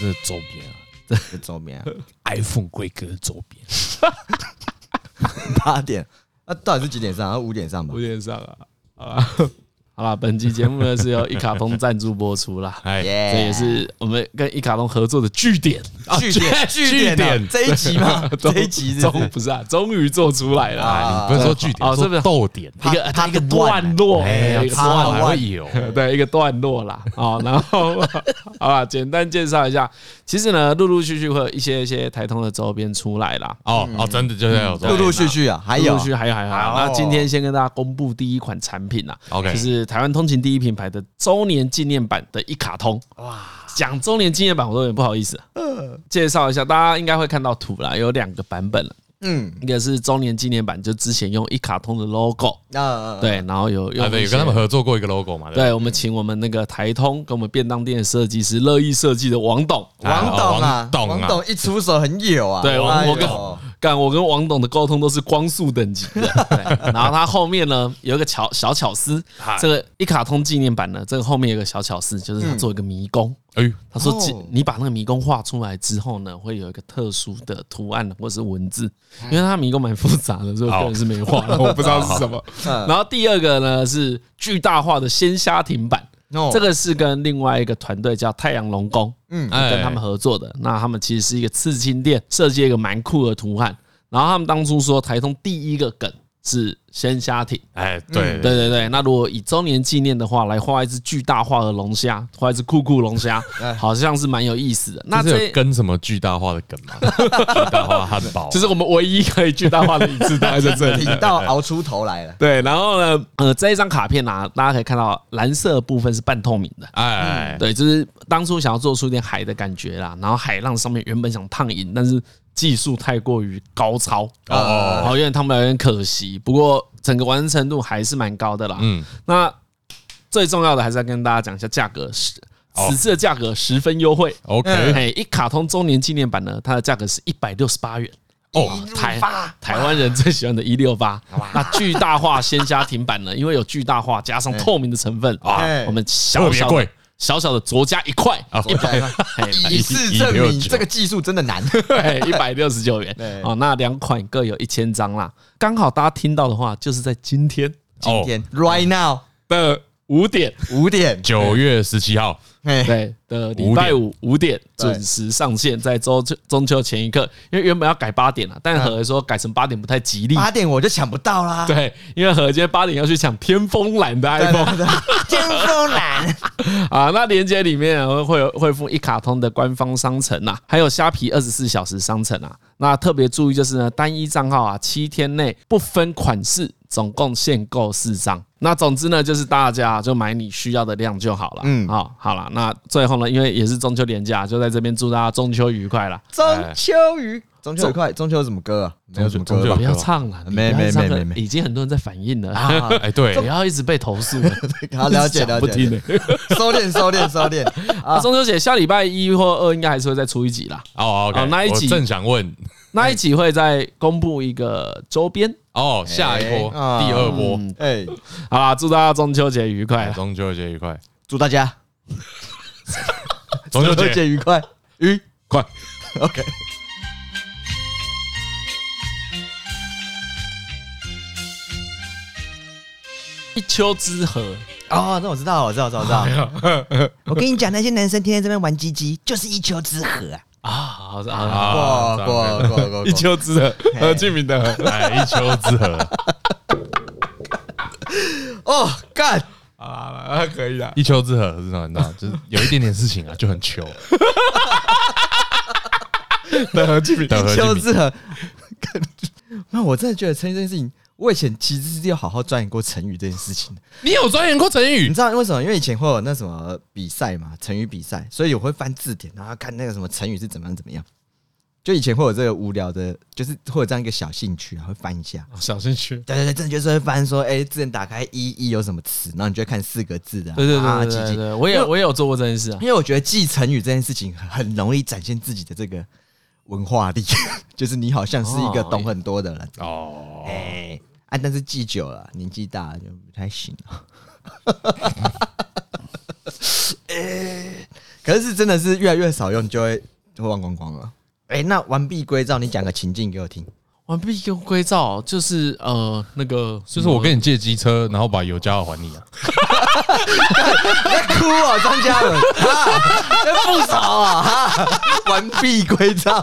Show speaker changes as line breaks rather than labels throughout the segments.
这周边啊
这周边啊
，iPhone 贵哥周边，
八点，那到底是几点上？啊五点上吧
五。点上啊啊！ 好啦，本期节目呢是由一卡通赞助播出啦，
哎
耶
这也是我们跟一卡通合作的据点啊
据点， 据点啊，这一集吗？
终
这一集是不
终
是
不是啊，终于做出来了啊，
啊，你不是说据点，
哦是不是
说逗点？
一个
他
一个
他
段落，
哎呀，
一个
吃
段
完
落
还会有，
对，一个段落啦。好，然后好啦，简单介绍一下，其实呢，陆陆续续会有一些一些台通的周边出来啦。
哦哦，真的就是有这种
陆陆续续啊，还
嗯陆
有
陆续续还有还有，还有
好
那今天先跟大家公布第一款产品啦啊
OK
就是台湾通勤第一品牌的周年纪念版的一卡通。哇，讲周年纪念版我都有点不好意思啊。介绍一下，大家应该会看到图啦，有两个版本了，
嗯，
一个是周年纪念版，就之前用一卡通的 logo，
那
对，然后有
啊，
用
对，
一
有
些
跟他们合作过一个 logo 嘛，对
对，我们请我们那个台通跟我们便当店的设计师乐意设计的王董，
王董啊
王，董啊
王董一出手很有啊，
对，我
哎呦
我跟干我跟王董的沟通都是光速等级的。 对然后他后面呢有一个巧小巧思，这个一卡通纪念版呢，这个后面有个小巧思，就是他做一个迷宫。
不对？哎呦，
他说
哦
记：“你把那个迷宫画出来之后呢，会有一个特殊的图案或者是文字，因为它迷宫蛮复杂的，所以我个人是 没画的，我不知道是什么。 然后第二个呢是巨大化的鲜虾艇版，
哦
这个是跟另外一个团队叫太阳龙宫，嗯，
哎
跟他们合作的。那他们其实是一个刺青店，设计一个蛮酷的图案。然后他们当初说台通第一个梗是鲜虾艇，
哎，对
嗯对对对。那如果以周年纪念的话，来画一只巨大化的龙虾，画一只酷酷龙 虾，好像是蛮有意思的。那
那是
哎这
有跟什么巨大化的梗吗？ 巨大化汉堡，
这是我们唯一可以巨大化的一次，大概在这里。
频道熬出头来了，
对，然后呢，呃，这一张卡片啊，大家可以看到蓝色的部分是半透明的，
哎，
嗯对，就是当初想要做出一点海的感觉啦，然后海浪上面原本想烫银，但是技术太过于高超，
哦
然
哦，
后有点烫不了，有点可惜。不过整个完成程度还是蛮高的啦。
嗯，
那最重要的还是要跟大家讲一下价格，是
哦
此次的价格十分优惠。
，OK，
哎，一卡通周年纪念版呢，它的价格是一百六十八元。
哦，
台台湾人最喜欢的一六八，那巨大化鲜虾停板呢？因为有巨大化加上透明的成分啊
哎，
我们小小
特别
的
贵
小小的酌加一块，一百 嘿
以示证明
169
这个技术真的难。
对一百六十九元
对
哦，那两款各有一千张啦，刚好大家听到的话，就是在今天
今天 right now
的五点，
五点，
九月十七号，
嘿
对的礼拜五五点
对
准时上线，在中秋中秋前一刻，因为原本要改八点了，但何说改成八点不太吉利，
八点我就抢不到啦。
对，因为何今天八点要去抢天风蓝的 iPhone
巅峰男，
啊，那链接里面啊会有会附一卡通的官方商城啊，还有虾皮二十四小时商城啊。那特别注意就是呢，单一账号啊，七天内不分款式，总共限购四张。那总之呢，就是大家啊就买你需要的量就好了。嗯，好、好了，那最后呢，因为也是中秋连假，就在这边祝大家中秋愉快啦。
中秋雨，
哎
中秋愉快，中秋有什么歌啊？没有什么
中
歌
秋
吧
不？要唱了，你不要
没没
唱了
没没没
已经很多人在反映了，
哎，对
不，要一直被投 诉了。
好，啊了解了
不听
解，
了。
收敛收敛收敛
啊，
啊！
中秋节下礼拜一或二应该还是会再出一集啦。
哦
哦
，OK，
那一集
我正想问，
那一集会再公布一个周边。
哦，下一波，
哎
嗯
啊
第二波，
哎，
好啦，祝大家中秋节愉快啦！
中秋节愉快，
祝大家
中秋
中秋
节
节愉快，愉
快。
OK。
一丘之貉，
哦，那我知道，我知道，我知道，我知
哎
道。 我跟你讲，那些男生天天这边玩鸡鸡，就是一丘之貉啊！
啊，好的，好的，
啊
过过过过过，
一丘之貉，
呃
何俊明的貉。
哎，一丘之貉，
哦，干，
啊，可以啦。
一丘之貉是什么？你知道，就是有一点点事情啊，就很丘。
那何俊明，
的
一
何
丘
俊明
之貉。 干那我真的觉得成语这件事情，我以前其实是有好好钻研过成语这件事情的。
你有钻研过成
你
语？
知道为什么？因为以前会有那什么比赛嘛，成语比赛，所以我会翻字典，然后看那个什么成语是怎么样怎么样。就以前会有这个无聊的，就是会有这样一个小兴趣啊，会翻一下。
哦
小心去。
对对对，真的就是会翻说，哎、之前打开一一有什么词，然后你就会看四个字的啊，
对对
啊
对
几
对对
几
对，我也我也有做过这件事啊。
因为我觉得记成语这件事情很很容易展现自己的这个文化力， 就是你好像是一个
哦
懂很多的人，
哦，
哎、啊，但是记久了，年纪大了就不太行了。哎、可是是真的是越来越少用，就会就会忘光光了。哎、那完璧归赵，你讲个情境给我听。
完璧归赵就是呃那个，
就是我跟你借机车，然后把油加了还你啊。
哭啊，张嘉伦，哈在复仇啊，哈，完璧归赵。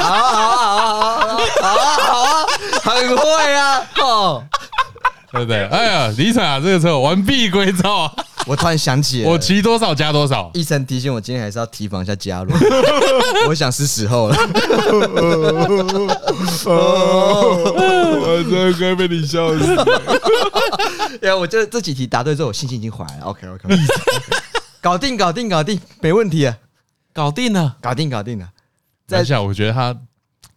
好啊，好啊，好啊，好啊，好啊，很会啊，哦。
对不对？哎呀，李彩啊，这个车完璧归赵啊！
我突然想起了，
我骑多少加多少，
医生提醒我，今天还是要提防一下嘉 伦。我想是时候了。 哦
我真的快被你笑死。
哎呀，我这这几题答对之后，我信心已经回来了。OK OK，搞定，搞定，搞定，没问题了，
搞定了，
搞定，搞定啊了。
等一下，我觉得他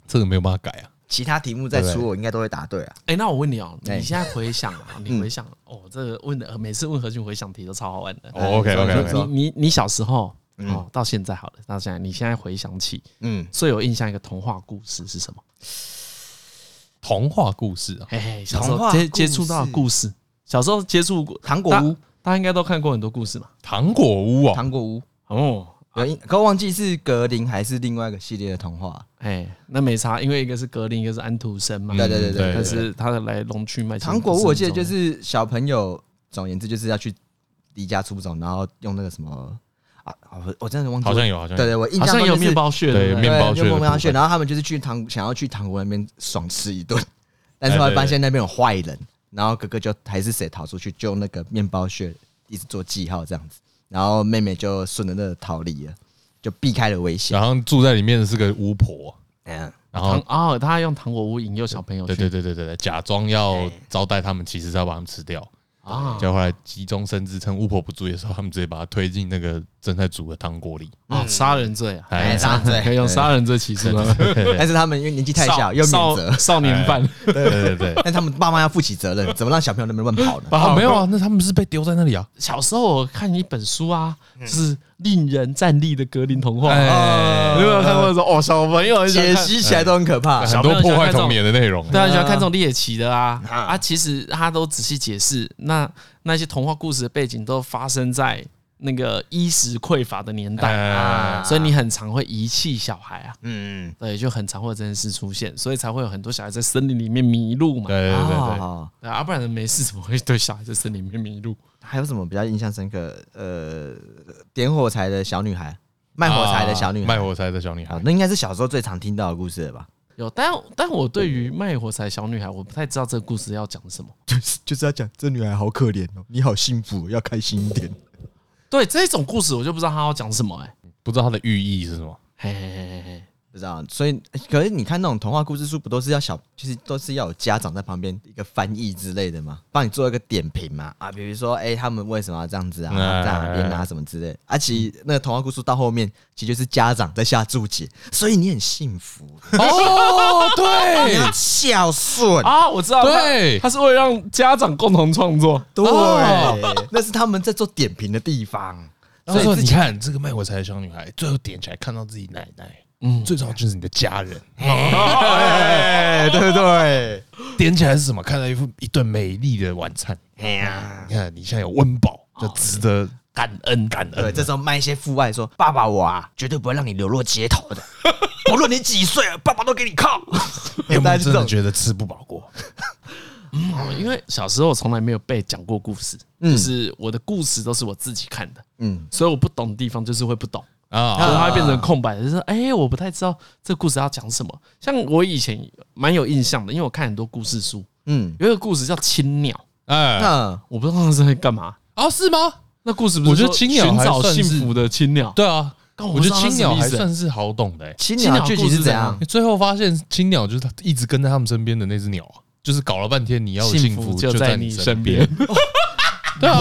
这个没有办法改啊。
其他题目再
对不
出，
对
我应该都会答对啊。
哎、那我问你哦、
哎
你现在回想 啊，你回想、哦，这个问的每次问何俊回想题都超好玩的。
哦
没
OK OK
错
OK，
说
你你你小时候哦，到现在好了，到现在你现在回想起
嗯，
最有印象一个童话故事是什么？
童话故事啊，
嘿嘿，小时
童
候
话
接
故
接触到的
事
故事，小时候接触过
糖果
大
屋，
大家应该都看过很多故事嘛。
糖果屋啊，
糖果屋，
哦，
有印可忘记是格林还是另外一个系列的童话。
哎，那没差，因为一个是格林，一个是安徒生嘛
嗯。
对对对对
但
对
是它的来龙去脉，
糖果屋，我记得就。是小朋友，总而言之就是要去离家出走，然后用那个什么啊，我我真的忘记了，
好像有，好像
对
有。
对，我印
好
象
像
中
也有
就是
面包屑，
对
对不对
面包屑
就
的
面包
部
屑，
分
然后他们就是去糖想要去糖果那边爽吃一 顿，但是
哎
后来
对
发
对
现那边有坏人，然后哥哥就还是谁逃出去，就用那个面包屑一直做记号这样子，然后妹妹就顺着那个逃离了，就避开了危险。
然后住在里面的是个巫婆，
嗯，
然
糖
后
哦，他用糖果屋引诱小朋友
对
去，
对对对对对，假装要招待他们，其实是要把他们吃掉。
啊，
就后来急中生智，趁巫婆不注意的时候，他们直接把她推进那个正在煮的汤锅里。
哦，杀人罪啊，
哎
哎
嗯杀人罪
可以用杀人罪起诉啊他 们，
但是他们因为年纪太小，又免
少
责
少，少年犯，
对对对对，
但他们爸妈要负起责任，怎么让小朋友那边乱跑 呢？
啊，没有啊，那他们是被丢在那里啊。
小时候我看一本书啊，
嗯
就是令人站立的格林童话。
哦
哎，
你有没有看过说哦，小朋友很喜欢
解
看，
析起来都很可怕。
很
朋
多
友喜欢
破坏
看这种
童年的内容。
对啊，很喜欢看这种猎奇的啊啊！其实他都仔细解释，那那些童话故事的背景都发生在那个衣食匮乏的年代啊，所以你很常会遗弃小孩啊，
嗯，
对，就很常会有这件事出现，所以才会有很多小孩在森林里面迷路嘛。
对对对对，
哦
对啊，不然人没事怎么会对小孩在森林里面迷路？
还有什么比较印象深刻？呃，点火柴的小女孩，卖火柴的小女
啊
孩，
卖火柴的小女
啊
孩，，
那应该是小时候最常听到的故事了吧？
有，但但我对于卖火柴小女孩，我不太知道这个故事要讲什么。
就是就是要讲这女孩好可怜哦，你好幸福，要开心一点。
对这种故事，我就不知道她要讲什么、欸。
不知道它的寓意是什么。
哎，嘿嘿嘿嘿，
不知道，所以可是你看那种童话故事书，不都是要小，就是都是要有家长在旁边一个翻译之类的吗？帮你做一个点评嘛啊，比如说哎、他们为什么要这样子啊，
嗯
在哪边啊什么之类的。啊，其实那个童话故事到后面，其实就是家长在下注解，所以你很幸 福，
哦，对
你要孝顺。
啊，我知道，
对
他是为了让家长共同创作。
对
哦，
那是他们在做点评的地方。
然后说你看这个卖火柴的小女孩，最后点起来看到自己奶奶，嗯，最重要就是你的家人。
哎，对不对？
点起来是什么？看到一副一顿美丽的晚餐。
哎呀，
你看你现在有温饱，就值得
感恩感
对，这时候卖一些父爱说：“爸爸，我啊，绝对不会让你流落街头的，不论你几岁，爸爸都给你靠。
你有没哎有
大家就这
真的
种
觉得吃不饱过？
恩，哦因为小时候我从来没有被讲过故事，
嗯
就是我的故事都是我自己看的，
嗯，
所以我不懂的地方就是会不懂。所
啊
以它会变成空白的，就是哎、我不太知道这故事要讲什么。像我以前蛮有印象的，因为我看很多故事书，
嗯，
有一个故事叫青鸟，
哎，
那
我不知道它是在干嘛。
哦，是吗？
那故事不是
我觉得
说
青鸟
寻
还
找
算
幸
是
福的青鸟，
对啊，
但
我
不知
觉
道
得
它是
青鸟
什么
还
意思
算是好懂的欸。
青
鸟
鸟剧情
故事
是怎
怎样
样？
最后发现青鸟就是它一直跟在他们身边的那只鸟啊，就是搞了半天你要有
幸福
福
就
在
在你身
身
边。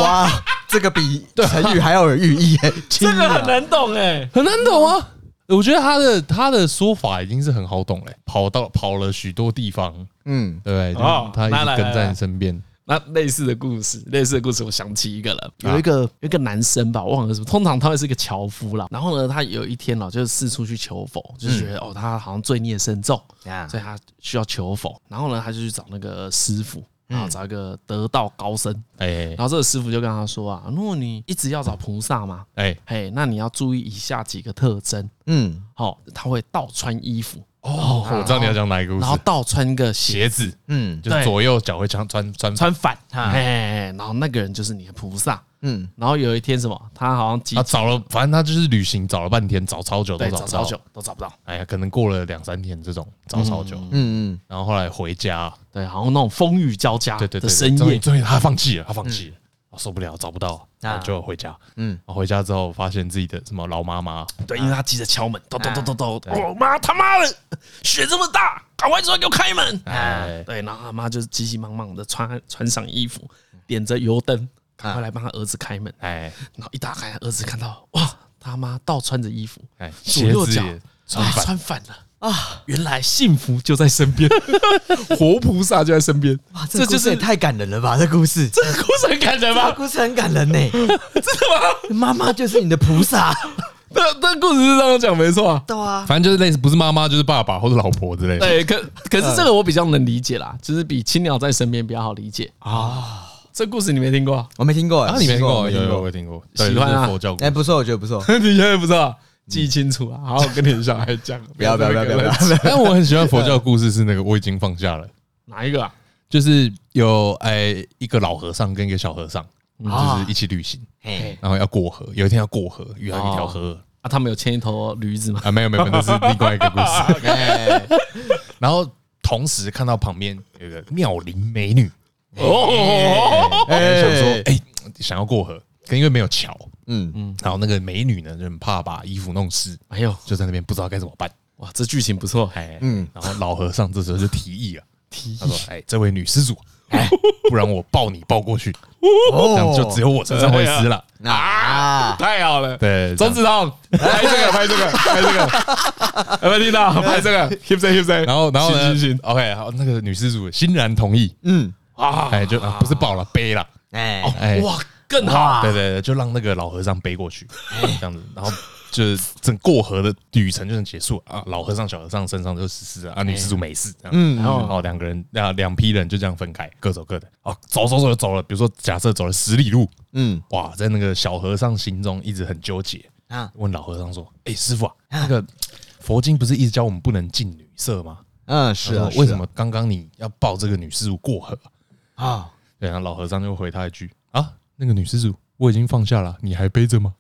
哇，这个比成语还要有寓意耶！青
这个很
鸟，
难懂哎、
很难懂啊。我觉得他的他的说法已经是很好懂嘞，跑到跑了许多地方，
嗯，
对不对？
哦
他
来来
一直跟
来
在
来
你身边。
那类似的故事，类似的故事，我想起一个了，
啊
有一个有一个男生吧，我忘了什么，通常他会是个樵夫啦。然后呢，他有一天哦，就是四处去求佛，就是觉得哦，他好像罪孽深重，
啊
所以他需要求佛。然后呢，他就去找那个师傅，然后找一个得道高僧。
哎
然后这个师傅就跟他说啊，如果你一直要找菩萨嘛，
哎
嘿，那你要注意以下几个特征。
嗯，
好，他会倒穿衣服，
哦，我知道你要讲哪一个故
然后
事，
倒穿一个鞋，
鞋子
嗯
就是左右脚会穿穿穿
穿反，
啊
哎，然后那个人就是你的菩萨。
嗯，
然后有一天什么，他好像急
他找了，反正他就是旅行找了半天，找超啊久都
对
找
找
不到
超。久都找不到，
哎呀，可能过了两三天这种找超久，
嗯
然后后来回家，
对，好像那种风雨交加
对对
啊的
对，
深
终于
夜，嗯
终于他放弃了，他放弃了，啊受不了，找不到，
啊
然后就回家。
嗯
然后回家之后发现自己的什么老妈妈，
对，因为他急着敲
啊
门，咚咚咚咚咚，我妈他妈的，雪这么大，赶快出来给我开门！
哎，
对，然后他妈就是急急忙忙的穿穿上衣服，点着油灯，赶快来帮他儿子开门。
啊哎
然后一打开，儿子看到哇，他妈倒穿着衣服，
哎，
左
鞋
右
子
脚
也穿
啊
反，
穿反了啊！原来幸福就在身边，活菩萨就在身边。
哇，
这
这
就
就是是也太感人了吧？这故事，
这个故事很感人
这
吧？
故事很感人呢，真的吗？妈妈就是你的菩萨，
那那故事是这样讲没错啊。
对啊，
反正就是类似不是妈妈就是爸爸或者老婆之类的。
对，可可是这个我比较能理解啦，就是比青鸟在身边比较好理解啊。这故事你没听过，
我没听过，
啊，你没听过？
没
有有，我，听过。对
喜欢啊
就是佛教故
哎，
事。
不错，我觉得不错，
你现在不知道，记清楚啊！好好跟你的小孩讲，
不要不要不要不要，不
这么
要
跟人，
但哎我很喜欢佛教故事，是那个我已经放下了。
哪一个啊？
就是有哎一个老和尚跟一个小和尚，
啊
就是一起旅行，
嘿
然后要过河，有一天要过河，遇到一条河
啊，他们有牵一头驴 子吗？
啊，没有没有，没有那是另外一个故事。
哎，
然后同时看到旁边有一个妙龄美女，
哦，
哎想说
哎
哎想要过河，可因为没有桥，
嗯，
然后那个美女呢就很怕把衣服弄湿，
哎呦，
就在那边不知道该怎么办。
哇，这剧情不错，
哎，
嗯
然后老和尚这时候就提议了，提议他说：“哎，这位女施主，哎，不然我抱你抱过去，
哦
这样就只有我身上会湿了。”
啊，
太好了。
对，这样
钟子彤，拍这个，拍这个，拍这个，有没有听到？拍这个，keep 谁 keep 谁。
然后然后呢
行行行
，OK，好，那个女施主欣然同意，
嗯，
啊，
哎，就啊不是抱了，背了，
哎，
哎，
哇，更好，
对对对，就让那个老和尚背过去，
哎
这样子，然后就是整过河的旅程就能结束啊。老和尚、小和尚身上都是湿的
哎
啊，女施主没事，这样，嗯，然
哦
后两个人两两批人就这样分开，各走各的，哦，走走走就走了，比如说假设走了十里路，
嗯，
哇，在那个小和尚心中一直很纠结
啊
问老和尚说：“哎，师傅啊，那个佛经不是一直教我们不能近女色吗？”
嗯，是
他
啊
说，哦为什么刚刚你要抱这个女施主过河？
啊？
对，然后老和尚就回他一句啊，那个女施主我已经放下了，你还背着吗？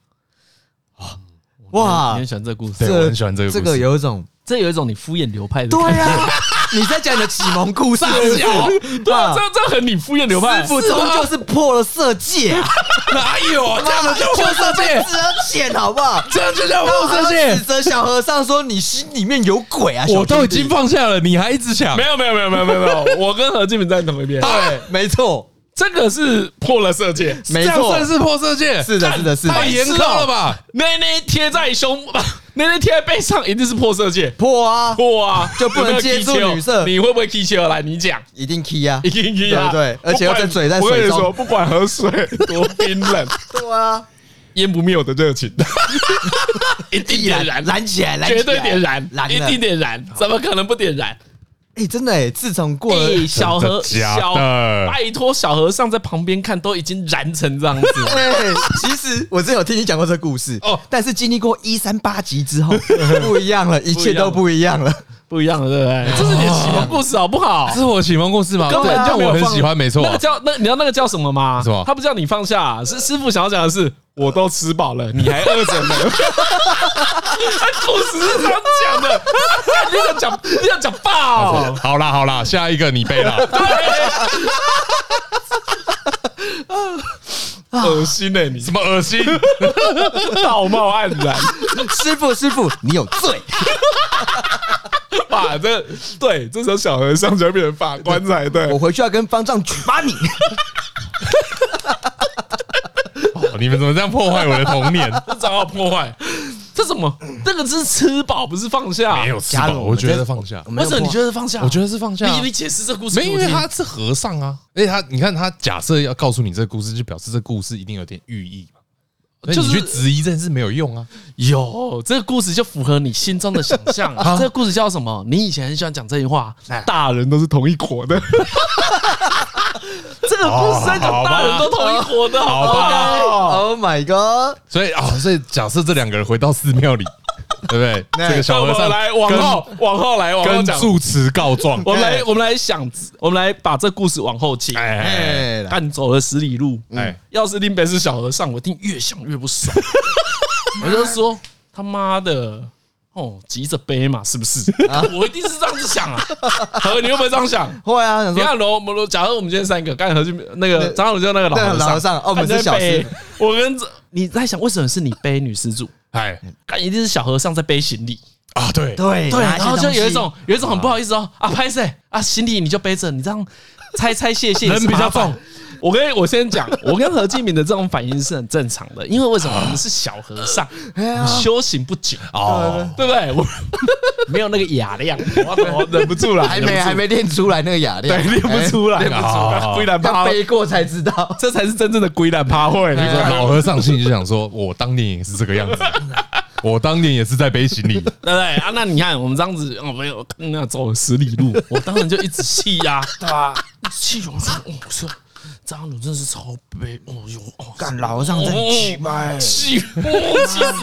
你
哇
很，喜欢这个故
对
事，
我很喜欢这个故
这
事
个有一种
这有一种你敷衍流派的
对
感觉。
啊，你在讲你的启蒙故事，
大小，对啊，
哇
这这很你敷衍流派。
师傅终 究是破了色戒啊，
哪有这样的就
破色戒遮掩好不好？
这样就叫我
他指责小和尚说：“你心里面有鬼啊！”
我
小
都已
兄弟
经放下了，你还一直抢
没？有没有没有没有没有没有，我跟何敬明站同一边。
对，没错，
这个是破了色戒，
没
这样
错
算，是破色戒？
是的，是的，是的，
太严苛了吧？
内内贴在胸，不内内贴在背上，一定是破色戒。
破啊，
破啊，
就不能
有没有
接触
key 球
女色
你会不会 K 球？来，你讲。
一定 key 啊
一，定 K 啊，
对对而且要在嘴在水
不管我跟你
中
说，不管河水多冰冷，
对啊，
淹不灭我的热情， 一定
必
点
然
燃，
燃起来，燃起来
绝对点燃，
燃
一
了
定点燃，怎么可能不点燃？
哎，真的哎，自从过了
哎、，小和
真的假的
小，拜托，小和尚在旁边看都已经燃成这样子 了。
哎，其实我真有听你讲过这故事
哦
哦，但是经历过一三八集之后，不一样了，一切都不一样了。
不一样了，对不对？这是你的启蒙故事，好不好
这？是我启蒙故事吗？
根本就
但
啊没有
我很
放
喜欢，没错
那。个叫那你知道那个叫什么吗？
什么
他不叫你放下、是师傅想要讲的是，我都吃饱了，你还饿着呢。他故事是这样讲的，你想讲你想讲爸哦。
好啦好啦，下一个你背了，
恶心呢、你
欸什么恶心？
道貌岸然，
师傅，师傅，你有罪，
哇，这对，这时候小和尚就会变成法官才对
我。回去要跟方丈举报你。
哦你们怎么这样破坏我的童年？
这账号破坏，这怎么？这个是吃饱，不是放下。
没有吃
加
饱，
入
我觉得放下
我，
为
们要
什么你
破
觉得放下？
我觉得是放下啊。
你你解释这故事
没
给
有，
我
因
听，
为他是和尚啊，而且他，你看他假设要告诉你这个故事，就表示这故事一定有点寓意嘛。所以
就
你
是
去质疑这件事没有用啊。
有这个故事就符合你心中的想象、啊。这个故
哎
事叫什么？你以前很喜欢讲这句话，大人都是同一国的。 这个不是在讲大人都同意火的，好
哦好
不好？
吧，
哦
Oh my god！
所以啊、所以假设这两个人回到寺庙里， 对不对？
那
这个小和
我们
尚
来往后往后来往后
跟
讲，
住持告状，
哦我们来我们来想，我们来把这故事往后切。
哎
哎，来
干走了十里路，
哎，
要是林北是小和尚，我一定越想越不 爽。我就说他妈的，哦，急着背嘛，是不是？我一定是这样子想啊。何，你有没有这样想？
会啊，想
你
说
看罗，我们罗，假如我们今天三个，干何俊那个张鲁就那个老
那
和
个老和尚哦我们是小师
师，我跟这你在想为什么是你背女施主？
哎
干一定是小和尚在背行李，
啊，对，
对
对，
拿些
然后就
东西
哎有一种有一种很不好意思哦啊，拍谁啊，行李你就背着，你这样拆拆卸卸
人比较重。
也是麻烦我跟我先讲，我跟何敬明的这种反应是很正常的，因为为什么我们是小和尚，修行不久，
哦，
对不对？我 没有那个雅量，我我忍不住了，
还没还没练出来那个雅
对
量，
练不出来，
哎
练不出来，
哦
龟兰趴
要，背过才知 道。
这才是真正的龟兰趴会，你知道吗？
老和尚心里就想说，我当年也是这个样子，我当年也是在背行李，
对不对啊？那你看我们这样子，哦，没有，嗯那走了十里路，我当然就一直气呀、对吧、一直气我说，哦，是张鲁真是超悲，哦哟，哦，
干老和尚真奇葩，
气，哦气死了，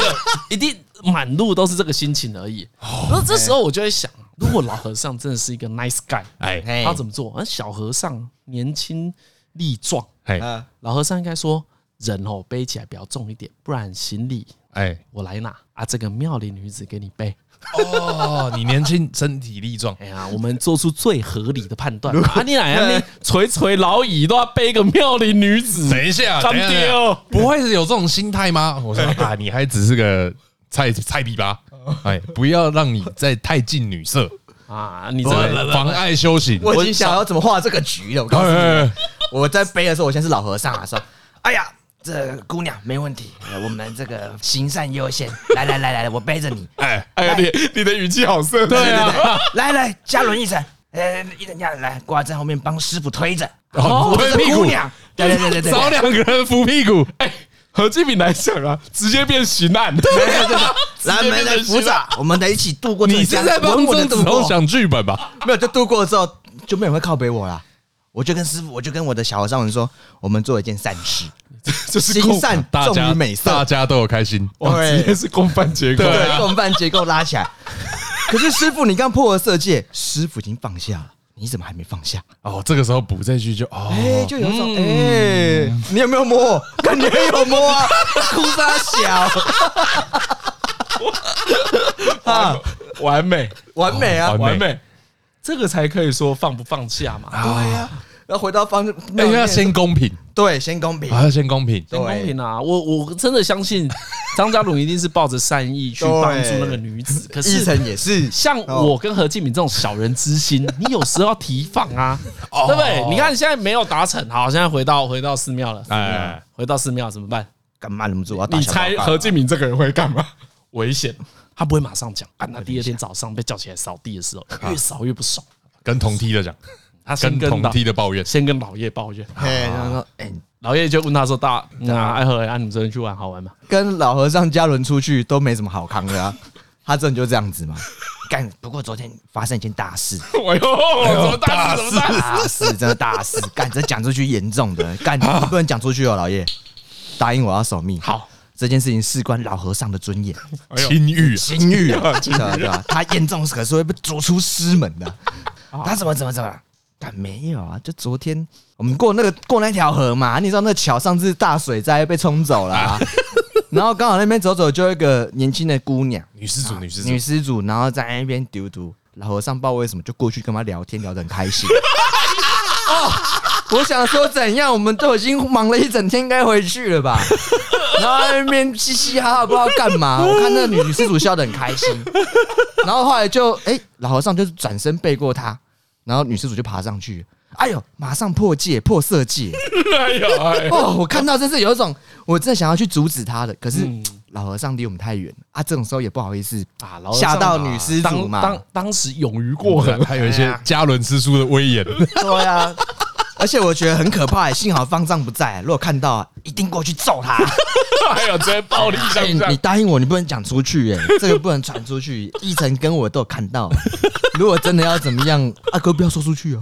一定满路都是这个心情而已。然后这时候我就会想，如果老和尚真的是一个 nice guy，
哎
哎
他怎么做？而小和尚年轻力壮，
哎
啊
老和尚应该说，人哦背起来比较重一点，不然行李
哎，
我来拿啊，这个妙龄女子给你背。
哦，你年轻，身体力壮，
哎呀，我们做出最合理的判断。啊，你来啊，你垂垂老矣都要背个妙龄女子，
等一下，
干
等一下
爹哦，
不会是有这种心态吗？我说啊，你还只是个菜菜逼吧，哎，不要让你再太近女色，
啊？你这
对
个
妨碍修行。
我已经想要怎么画这个局了。我告诉你，
哎，
我在背的时候，我先是老和尚啊，说：“哎呀，这姑娘没问题，呃我们这个行善优先。来来来来，我背着你。
哎哎呀，你你的语气好色，
对啊
对， 来来，加轮一层，呃，一层加轮来挂在后面帮师傅推着。
哦
我这
推屁
是
股
姑 娘，对对对对对，
找两个人扶屁股，
哎，何继敏来讲啊，直接变刑案。
对对 对对，来我们来扶着，我们来一起度过这
你
个
是
江。
在帮
稳稳
曾
地
子
度
龙
过
想剧本吧？
没有，就度过之后就没有人会靠北我啦。我就跟师傅，我就跟我的小和尚们说，我们做一件善事，
就是
行善
大
重于
家
美
大
色，
家都有开心，哦
哇，
对
直接是共犯结构。
对，共犯结构拉起来。可是师傅，你刚破了色戒，师傅已经放下了，你怎么还没放下？
哦，这个时候补这句就
哎，
哦，
就有一种哎，你有没有摸？感觉有摸啊，哭发小 啊，
完美，
完美啊啊
哦，
完美，啊这个才可以说放不放下 嘛，
对呀。然后回到方，
哎，要先公平，
对，先公平，
啊，要先公平，
很公
哎对
平啊！我我真的相信 张家鲁一定是抱着善意去帮助那个女子，可
一
是
层也是
像我跟何敬敏这种小人之心，你有时候要提防啊，对不对？你看现在没有达成，好，现在回到回到寺庙了，
哎，
回到寺庙怎么办？
干嘛忍不住我要打
你
小报告
猜何敬敏这个人会干嘛？危险，他不会马上讲，啊，那第二天早上被叫起来扫地的时候，越扫越不爽，
跟同梯的讲，
他先
跟
跟
同
老
梯的抱怨，
先跟老叶抱怨，
哎，然后说哎，
老叶就问他说：“大
嗯
那爱何啊，你们昨天去玩好玩 吗
跟老和尚嘉伦出去都没什么好康的啊， 他真的就这样子嘛。干，不过昨天发生一件大事，？”
哎呦，怎么大
大
事？怎么大事？
大事真的大事，干这讲出去严重的，干你不能讲出去哦，老爷，答应我要守密。
好，
这件事情事关老和尚的尊严，
亲欲
刑狱啊，对吧？对吧？他严重可是会被逐出师门的。他怎么怎么怎么？但没有啊，就昨天我们过那个过那条河嘛，你知道那桥上次大水灾被冲走了、 啊，然后刚好那边走走就有一个年轻的姑娘，
女施主，女施
女
主，
施主，然后在那边丢丢，老和尚不知道为什么就过去跟她聊天，聊得很开 心。哦，我想说怎样，我们都已经忙了一整天，该回去了吧？然后在那边嘻嘻哈哈，不知道干嘛。 我看那女施主笑得很开心，然后后来就哎、老和尚就是转身背过她，然后女施主就爬上去。哎呦，马上破戒破色戒
哎呦，哎
哦！我看到真是有一种，我真的想要去阻止她的，可是
嗯
老和尚离我们太远了啊，这种时候也不好意思
啊，老和尚
吓到女施主
当
嘛。嗯
当当时勇于过河，
还有一些加伦吃书的威严，
对啊，而且我觉得很可怕、幸好方丈不在、如果看到、一定过去揍他。
还有直接哎暴力相
哎，
向
你，答应我，你不能讲出去、哎，这个不能传出去。一晨跟我都有看到，啊如果真的要怎么样，阿哥不要说出去哦。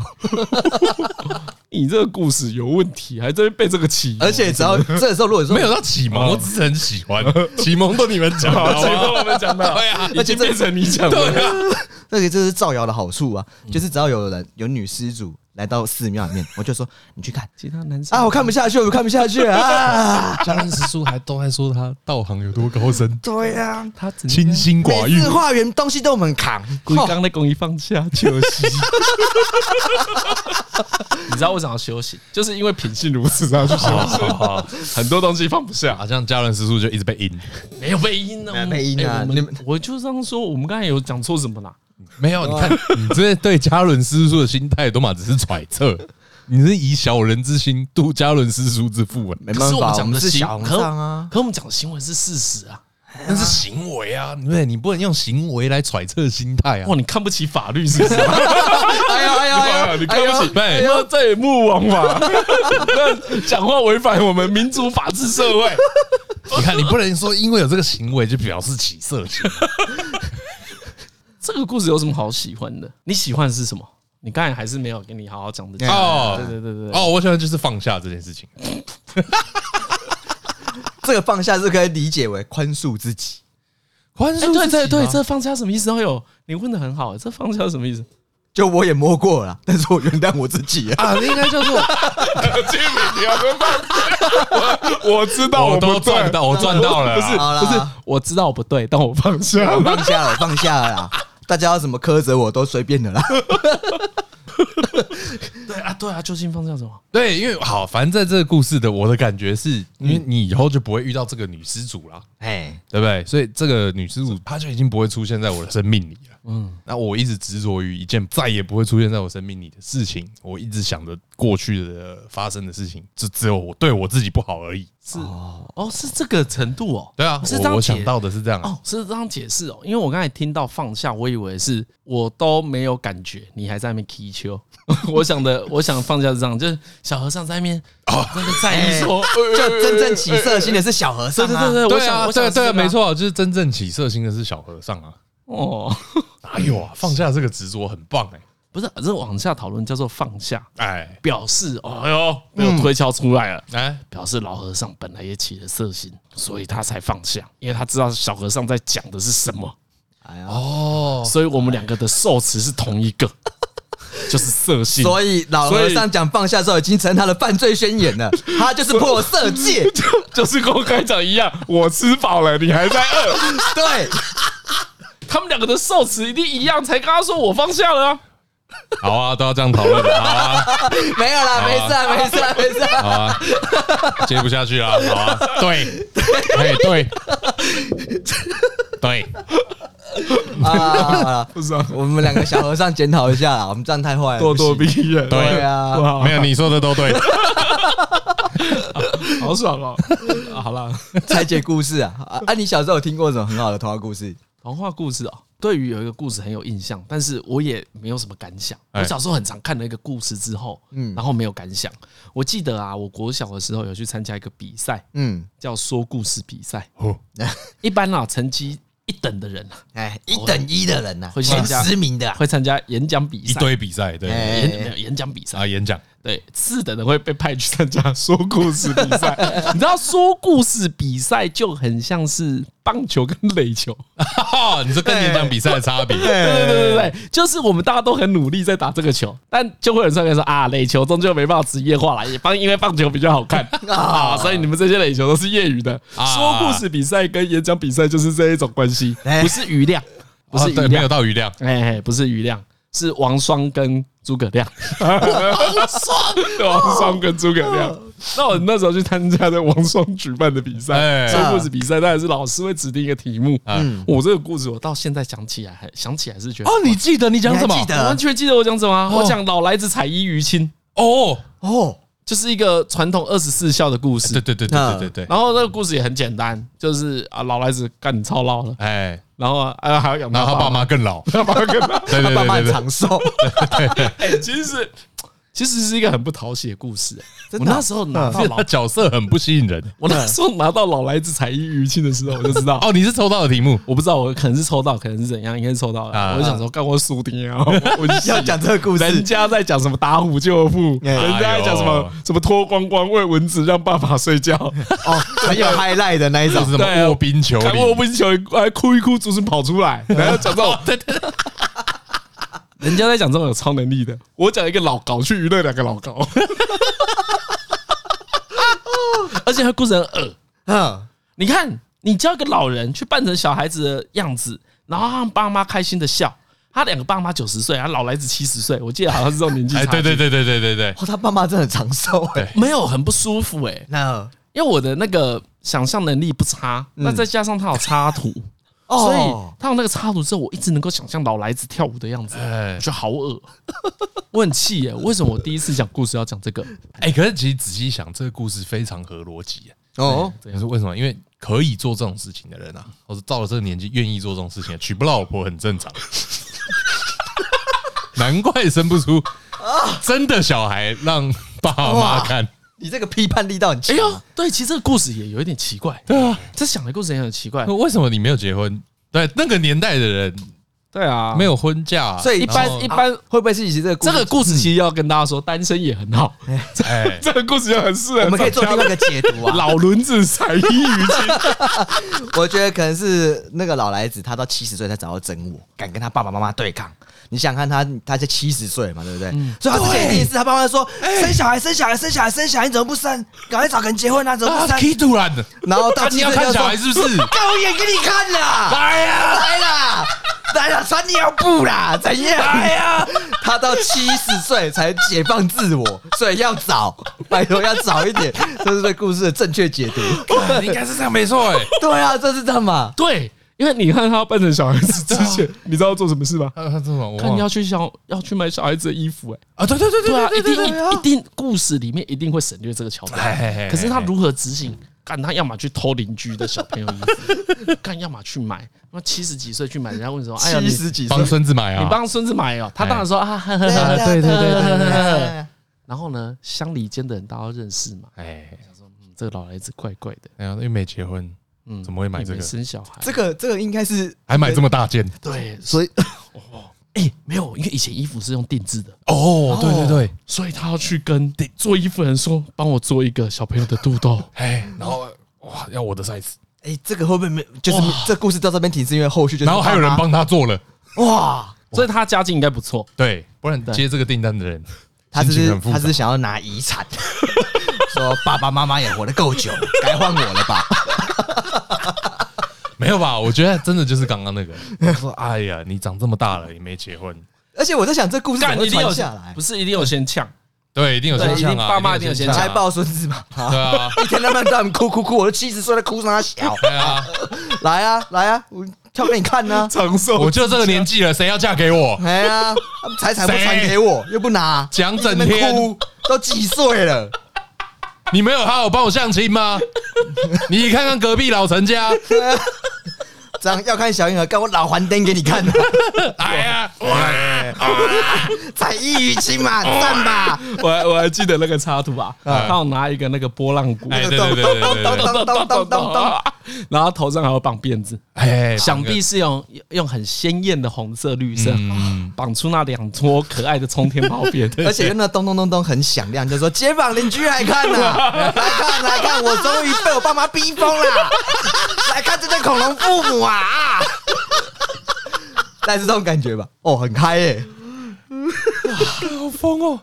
你这个故事有问题，还真被这个起，
而且只要这时候，如果说
没有到启蒙，我只是很喜欢 启蒙，都你们讲 的，
结果我们讲到，对啊，已
而且
经
这啊
变成你讲的，
这个就是造谣的好处啊，就是只要有人有女施主来到寺庙里面，我就说你去看
其他男生
啊，我看不下去，我看不下 去啊，
江恩石叔还都在说他道行有多高深，
对呀、啊，
他只
清心寡
每
欲
次，化缘东西都我们扛，哦
故意刚那公益放下休息。你知道为什么要休息？就是因为品性如此，要去休 息。很多东西放不下，
好像嘉伦石叔就一直被阴。
没有被阴呢，
没有被阴啊
哎我
你
们
们
我就这样说，我们刚才有讲错什么啦？
没有，你看， 你这对嘉伦师叔的心态都嘛只是揣测，你是以小人之心度嘉伦师叔之腹啊，
没
可
办
是我们
法，我
讲的
们是
行
小，和
可
尚啊，
可我们讲的行为是事实啊。
那是行为啊，对不对？你不能用行为来揣测心态啊
哇，。你看不起法律是不是？
哎呀哎呀
哇 你看不起，
哎
你说这也目王 法，那讲话违反我们民主法治社会。
你看，你不能说因为有这个行为就表示起色情，
这个故事有什么好喜欢的？你喜欢的是什么？你刚才还是没有跟你好好讲的。
哦
对对对哎对对，
哦，我想就是放下这件事情。
这个放下是可以理解为宽恕自己。
宽
哎，对对对，
这
这放假什么意思？哎呦，你问的很好，这放假什么意思？
就我也摸过了，但是我原谅我自己啊。
啊，应该叫做
俊明，你要跟放我我知
我都赚到，我赚到 了啦，啊
不是
好啦
不是，我知道我不对，但我放 下
我
了。
放下了，放下了啦。大家要怎么苛责我都随 便的啦。
对啊，对啊，究竟放假什么？
对，因为好，反正在这个故事的我的感觉是，因
嗯
为你以后就不会遇到这个女施主啦，
哎，
对不对？所以这个女施主她就已经不会出现在我的生命里了。嗯，那我一直执着于一件再也不会出现在我生命里的事情，我一直想着过去的发生的事情，就只有我对我自己不好而已。
是哦，是这个程度哦。
对啊，
是这
我
样
我
解
想到的是这样啊，
哦，是这样解释哦，因为我刚才听到放下，我以为是我都没有感觉，你还在那边踢球。 我想的，我想放下是这样，就是小和尚在那边哦，那个在意说，
哎就真正起色心的是小和尚
对对对
啊。
对，我
对
想
哎啊，
我想
对
是这个
对啊，
啊
没。错，就是真正起色心的是小和尚啊。
哦，
哎呦啊，放下这个执着很棒哎、
不是，这往下讨论叫做放下，
哎
表示哦哟，被
嗯
我推敲出来了。
哎，
表示老和尚本来也起了色心，所以他才放下，因为他知道小和尚在讲的是什么，
哎呀，
哦，
所以我们两个的受词是同一 个，就是色心。
所以老和尚讲放下之后，已经成他的犯罪宣言了。他就是破 色戒，
就是跟我刚才讲一样，我吃饱了，你还在饿。
对，
他们两个的受词一定一样，才跟他说我放下了啊。
好啊，都要这样讨论的，好啊，
没有啦，没事啊，没事啊，没事啊。
好啊，接不下去啊，好啊，对，哎，对，对，
好啦好啦好啦
不是啊，
我们两个小和尚检讨一下啦，我们这样太坏了，
咄咄
不行
逼人，
对
对啊，
没有你说的都对，
好爽哦。啊好啦，
拆解故事啊。啊啊，你小时候有听过什么很好的童话故事？
童话故事哦，对于有一个故事很有印象，但是我也没有什么感想。
哎
我小时候很常看了一个故事之后，嗯，然后没有感想。我记得啊，我国小的时候有去参加一个比赛，
嗯，
叫说故事比赛。
哦
一般啊，成绩一等的人啊
哎，一等一的人呐、
会
前
参加
十名的、啊，
会参加演讲比
一
赛，
堆比赛，对，
哎
演没有演讲比赛
啊，演讲，
对，次等的会被派去参加说故事比赛。你知道说故事比赛就很像是棒球跟垒球，
哦，你说跟演讲比赛的差别，
对对对对对，就是我们大家都很努力在打这个球，但就会有人上来说啊，垒球终究没办法职业化了，也棒因为棒球比较好看
哦
啊，所以你们这些垒球都是业余的。
啊
说故事比赛跟演讲比赛就是这一种关系，
哎
不是余量，不
哦
是余
对，没有
量，
到余量，
哎，哎不是余量。是王双跟诸葛亮，王双跟诸葛亮。那我那时候去参加的王双举办的比赛，
哎
说故事比赛，当然是老师会指定一个题目。
嗯
我这个故事我到现在想起来，还想起来是觉得
哦你哦记得你讲
你还记
我
得
完全记得我讲什么啊、我讲老来子采衣娱亲，
哦，
哦，
就是一个传统二十四孝的故事。
对对对对对对对，
然后那个故事也很简单，就是啊，老来子干你操劳了，
哎，
然后啊啊还要养
然
他
后他
爸
爸，妈更老，
他爸妈跟他。
对对
爸
对
爸
对
很
对，
长寿，
哎，其实其实是一个很不讨喜的嗯故事、欸我那时候拿到
是
老
他，角色很不吸引人。
我那时候拿到老来自才艺余庆的时候，我就知 道，
哦，你是抽到的题目，
我不知道我可能是抽到，可能是怎样，应该是抽到了。
啊
我就想说，干我输定 啊！我就
要讲这个故
人
事，
家在讲什么打虎救父，
哎
人家在讲什么
哎
什么脱光光喂蚊子让爸爸睡觉，
哦，很有 highlight 的那一
这
种
是什
对啊
么卧冰球
看我
里？
不是球，还哭一哭，竹笋跑出 来，然后讲这种，对对。 人家在讲这种有超能力的，我讲一个老高去娱乐两个老高， 而且他故事很恶。
嗯，
你看，你教一个老人去扮成小孩子的样子，然后让爸妈开心的笑。他两个爸妈九十岁，他老来子七十岁，我记得好像是这种年纪差
哎，
距。
对对对对对对对，
哦，他爸妈真的很长寿哎、
对
没有很不舒服哎、
那
因为我的那个想象能力不差，那再加上他有插图，所以
哦，
他有那个插图之后，我一直能够想象老来子跳舞的样子，
哎
我觉得好恶， 我很气耶、为什么我第一次讲故事要讲这个？
哎，可是其实仔细想，这个故事非常合逻辑啊。
哦，
可是为什么？因为可以做这种事情的人啊，或者到了这个年纪愿意做这种事情，娶不到老婆很正常。 难怪生不出真的小孩让爸妈看。
你这个批判力道很
哎
强，啊
呦，对，其实这个故事也有一点奇怪，
对啊，
这想的故事也很奇怪。
为什么你没有结婚？对，那个年代的人
对啊，
没有婚嫁啊，
所以
一
然后
般一般
会不会是以前这个故
这
事
个故事其实要跟大家说，单身也很好，
哎，
这个故事就很适合
我们可以做另外一个解读啊？
老轮子才艺于 亲。
我觉得可能是那个老来子，他到七十岁才找到真我，敢跟他爸爸妈妈对抗。你想看他，他才七十岁嘛，对不对？
嗯
所以他之前一定是他爸妈说
哎
生小孩，生小孩，生小孩，生小孩，你怎么不生？赶快找个人结婚啊，怎么不
啊
生？
，K 突然的，
然后到
啊
七
你
十
要
岁
看
就
小
说
孩 是不是？
干我演给你看啦，
哎呀，
来啦，来啦，穿尿布啦，怎样？哎呀，他到七十岁才解放自我，所以要早，拜托要早一点，这是对故事的正确解 读。
应该是这样没错哎。
对啊，这是这样嘛？
对，因为你看他要扮成小孩子之前，你知道要做什么事吗？
他他这种我
啊看
忘
你要
了
去想要去买小孩子的衣服、欸，
啊，对对对
对啊，一定
对对啊
一一定故事里面一定会省略这个桥
哎哎哎
段，
哎
可是他如何执行？干他要么去偷邻居的小朋友衣服， 干要么去买，那七十几岁去买，人家问说：“哎呀，你
七十几岁
帮，孙子买啊，
你帮孙子买哦。”他当然说：“啊，呵呵
对
呵。
啊
对对对对对
对
然后呢，乡里间的人大家都认识嘛，
哎，
嗯这个老来子怪怪的，
然后又没结婚，
嗯，
怎么会买
也
这
没
个？
生小孩，
这个这个应该是
还买这么大件？
对，所
所以
以哎，没有，因为以前衣服是用定制的，
哦，对对对，
所以他要去跟做衣服的人说：“帮我做一个小朋友的肚 兜。”
哎，然后哇，要我的 size，
哎，这个会不会没？就是这故事到这边停，是因为后续就是
然后还有人
爸妈
帮他做了，
哇，
所以他家境应该不错。
对，不然接这个订单的人，
他只
心
是
情很复
他
杂
只是想要拿遗产， 说爸爸妈妈也活得够久，该换我了 吧？
没有吧？我觉得真的就是刚刚那个，我说哎呀，你长这么大了也没结婚，
而且我在想，这故事怎么会传下来
不？是一定有先呛，
对，一定有
对
现象
一定
啊，
爸妈
一
一定有
现
先
才
象啊，
抱孙子嘛，
对啊，
一天到晚让他们哭哭哭，我都七十岁了，哭啥小？
对 啊，
来啊来啊，我跳给你看啊呢、
长寿
我就这个年纪了，谁要嫁给我？
哎呀，他们财产不传给我，又不拿，
讲整
一直在那边
天
哭，都几岁了？
你没有好好帮我相亲吗？你看看隔壁老陈家，
这样要看小婴儿，干我老还灯给你看、
哎呀，哎哎
才艺于亲嘛，
哦
赞吧！
我还我还记得那个插图吧，
啊
他有拿一个那个波浪鼓，
哎对对对对对对
咚咚咚咚咚咚，
然后头上还有绑辫子，
哎，
想必是用用很鲜艳的红色、绿色绑出那两撮可爱的冲天炮辫，
而且那咚咚咚咚很响亮，就说街坊邻居来看呐、 来看来看，我终于被我爸妈逼疯了， 来看这对恐龙父母啊！啊但是这种感觉吧，哦，很嗨耶、
好疯哦，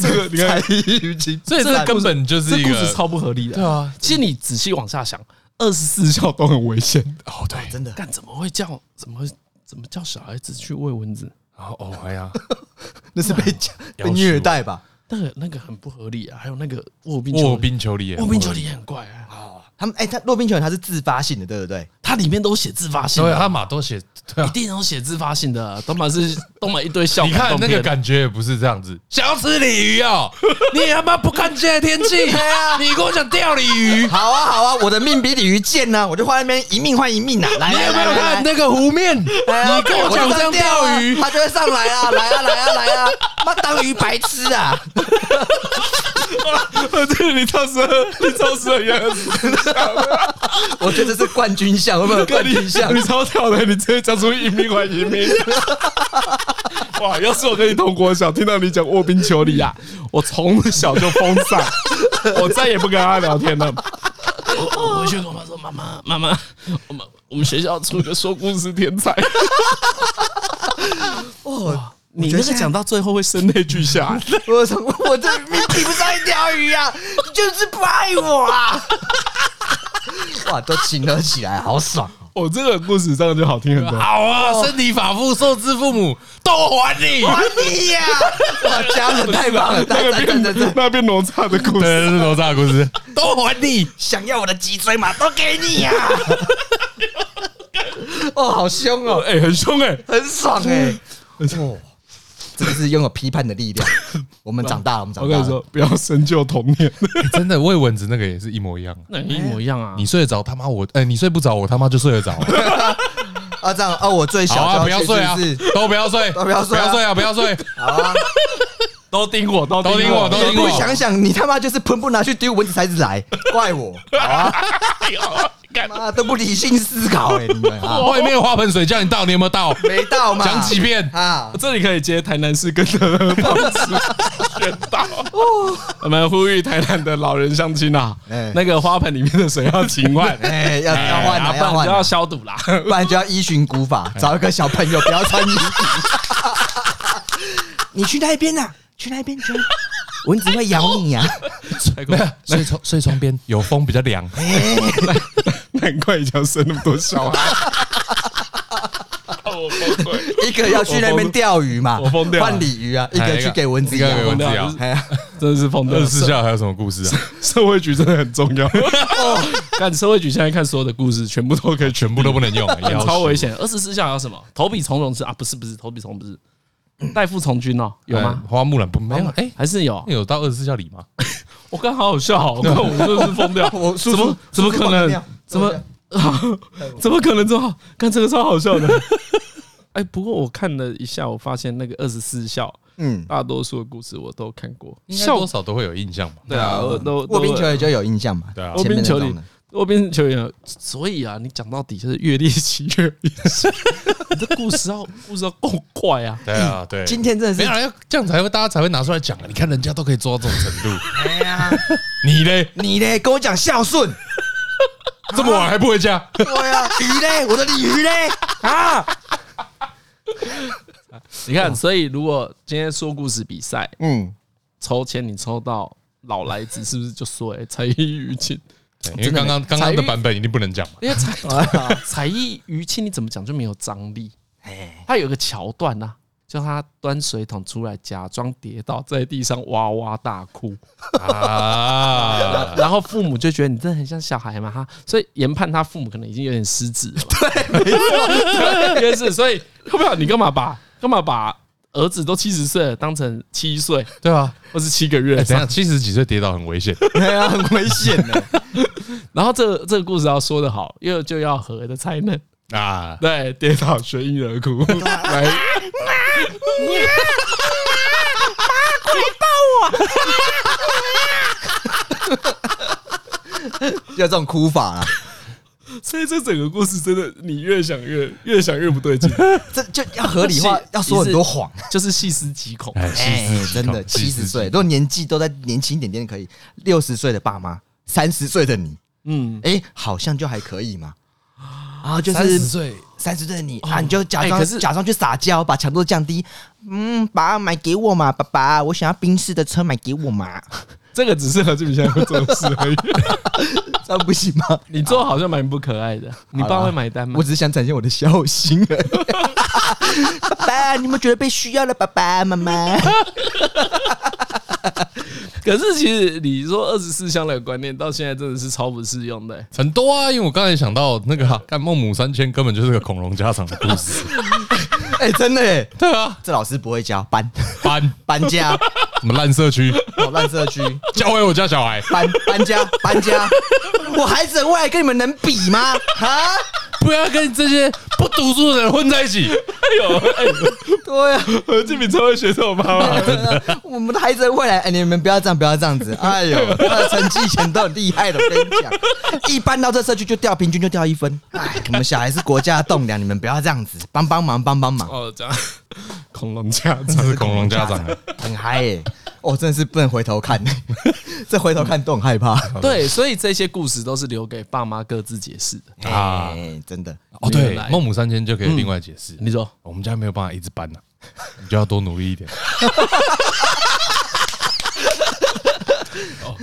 这个你
才艺于亲，
所以这根本就是
这
一
啊故
个
事超不合理的。
对啊，
其实你仔细往下想，二十四孝都很危 险的，
哦对，
真的
干怎么会叫怎么会怎么叫小孩子去喂蚊子？
然后哦哎呀，
那是被家
要
被虐待吧？
那个那个很不合理啊！还有那个卧冰球
卧冰求里，
卧冰球里也很怪啊，
哦
他们哎、他骆宾球员他是自发性的，对不对？
它里面都写自发性
所以
的，
他马都写，对
一
啊，
定都写自发性的，都满是都满一堆笑。
你看那个，感觉也不是这样子，想要吃 鲤鱼哦，你他妈不看现在天气，你跟我讲钓鲤鱼，
好啊好啊，我的命比鲤鱼贱呐、我就画那边一命换一命呐、啊。来，
你有没有
来
看？那个湖面？
来来来
你跟我讲
哎就
这样
啊
钓鱼，
他就会上来啊，来啊来啊来啊，妈当鱼白痴啊！
对你超适合，你超适合原来是
我觉得这是冠军相，有没有冠军相？
你超屌的，你直接讲出一命换一命。哇！要是我跟你同国小，听到你讲卧冰求鲤啊，我从小就封杀，我再也不跟他聊天了。我我回去跟我妈说：“妈妈，妈妈，我们我们学校出一个说故事天才。”哇！你那个讲到最后会声泪俱下，
我从我这命比不上一条鱼啊，你就是不爱我啊！哇，都亲了起来，好爽！哦
我这个故事这样就好听很多。
好啊，身体发肤受之父母，都还你。
还你啊呀！哇，家人太棒了，
那个
来来来来
变
来，
那变哪吒的故事，
对，是哪吒的故事，都还你。
想要我的脊椎嘛，都给你啊呀！ 哦，好凶哦，
哎，很凶哎。
很爽哎！哦，这个是拥有批判的力量。我们长大了，我们
我
长大
跟你
了
说。，不要深究童年。
哎真的，喂蚊子那个也是一模一样。
那一模一样啊
你睡得着，他妈我，哎、你睡不着，我他妈就睡得着。
啊，这样哦，我最小
好啊，
就
不要
去
睡啊
是不是，
都不要睡，
都不要睡
不
啊
要睡啊，不要睡。
好啊，
都盯我，都
盯我都
你
听
不
我
想想，你他妈就是喷不拿去丢蚊子才是来，怪我，好啊，妈都不理性思考哎，你们啊，
外面花盆水叫你倒，你有没有倒？
没到嘛，
讲几遍
啊，
这里可以接台南市跟的报纸宣导，我们呼吁台南的老人相亲啊
哎，
那个花盆里面的水要勤换，
哎，要 要换
啊
啊，
不然
要
就
换
要
啊，
消毒啦。
不然就要依循古法，找一个小朋友不要穿衣服，你去那边呐，去那边去那边，蚊子会咬你呀，啊
没有睡窗睡窗边有风比较凉。
哎
难怪以前生那么多小孩。我崩溃，
一个要去那边钓鱼嘛，
我疯掉了
换鲤鱼啊，一个去给蚊子
哎一个
咬
给蚊
嘛
子，
对
咬
啊，
哎呀，
真的是碰到
二十四孝还有什么故事啊？
社会局真的很重要。干社会局现在看所有的故事，全部都 可以全
全部都不能用，要死
超危。险。二十四孝有什么？投笔从戎是啊，不是不是，投笔从不是，代父从军哦，有吗
哎？花木兰不没有？哎，
还是有？
有到二十四孝礼吗？
我刚好好笑哦，我看我真的是疯掉，
我叔
怎
叔
么怎么
叔叔
可
帮你
能
尿？
怎么
哎
怎么可能这么好？看这个超好笑的。 哎，不过我看了一下，我发现那个二十四孝，
嗯。
大多数的故事我都看过，
应该多
孝
少都会有印象吧？
对啊，我都
卧嗯冰求
球，
鱼就有印象嘛，
对啊
卧
前面
冰
那
球
种
里
的，
卧冰球里，所以啊，你讲到底就是越猎奇越有意思， 你这故事要故事要够怪啊！
对啊，对。
今天真的
没有
是，
啊要这样才会大家才会拿出来讲啊！你看人家都可以做到这种程度，
哎呀，
你嘞
你嘞跟我讲孝顺，
这么晚还不回 家？
对啊，鱼嘞，我的鲤鱼嘞，
你看，所以如果今天说故事比赛
嗯，
抽签，你抽到老来子，是不是就说哎才艺于情？
对因为刚刚刚刚的版本一定不能讲嘛。
因为才 才艺余庆你怎么讲就没有张力。他有个桥段呐、啊，叫他端水桶出来，假装跌倒在地上哇哇大哭，
啊，
然后父母就觉得你真的很像小孩嘛哈，所以研判他父母可能已经有点失职了吧。 对，没错，也是。所以要不要你干嘛把干嘛把儿子都七十岁了当成七岁
对啊，
或是七个月
哎，？等一下七十几岁跌倒很危险，
哎呀，很危险 的，
然后这个这个故事要说得好，因为就要和的才能。
啊，哎
对，跌倒学婴儿哭，来，
要这种哭法啦，
所以这整个故事真的，你越想越越想越不对劲，
这就要合理化
是，
要说很多谎，
就是细思极恐。
哎，
哎，真的，七十岁，如果年纪都在年轻一点点可以，六十岁的爸妈，三十岁的你，
嗯，
哎，好像就还可以嘛，啊，就
三十
是
岁，
三十岁的你啊，你就假装、
哎可是
假装去撒娇，把强度降低。嗯，爸，买给我嘛，爸爸，我想要宾士的车，买给我 嘛，
这个只是何俊明现在会做的事而已。
这样不行吗？
你做好像蛮不可爱的，你爸会买单吗
我？只是想展现我的孝心啊而已。 爸爸，你们觉得被需要了？爸爸妈妈，
可是其实你说二十四孝那个观念到现在真的是超不适用的、
很多啊，因为我刚才想到那个啊干孟母三迁根本就是个恐龙家长的故事，
哎，真的哎，
对啊，
这老师不会教搬
搬
搬家，
什么烂社区，
好烂社区，
教回我家小孩，
搬搬家搬 家，我孩子的未来跟你们能比吗？啊，
不要跟这些不读书的人混在一 起。
哎
对啊，
何志敏超会学这种妈妈，
哎
真 的
我们的孩子的未来，哎，你们不要这样，不要这样 子，哎呦，他的成绩以前都很厉害的，我跟你讲，一搬到这社区就掉，平均就掉一分，哎，我们小孩是国家的栋梁，你们不要这样子，帮帮忙，帮帮忙。
哦，这样 恐龙家 长
他是恐龙家长啊，
很嗨耶、我、真的是不能回头看， 这回头看都很害怕。
嗯
对，所以这些故事都是留给爸妈各自解释的。
啊
哎真的，
哦，
原
对
来，
孟母三迁就可以另外解释。
你说
我们家没有办法一直搬呐、 你就要多努力一点。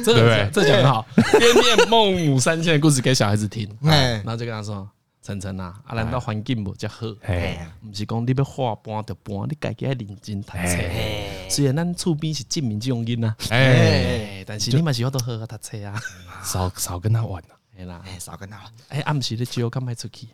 这
对
个
不对
这讲得好，边念孟母三迁的故事给小孩子听，
哎
然后就跟他说：“晨晨啊，啊，咱到环境无遮好，
哎，
毋是讲你要画搬就搬，你家己要认真读册。虽然咱厝边是证明这种囡啊，
哎，
哎，但是你嘛是要都好好读册啊，
少少跟他玩啊。
哎啦，
哎，少跟他了。
哎，暗时咧酒干卖出去，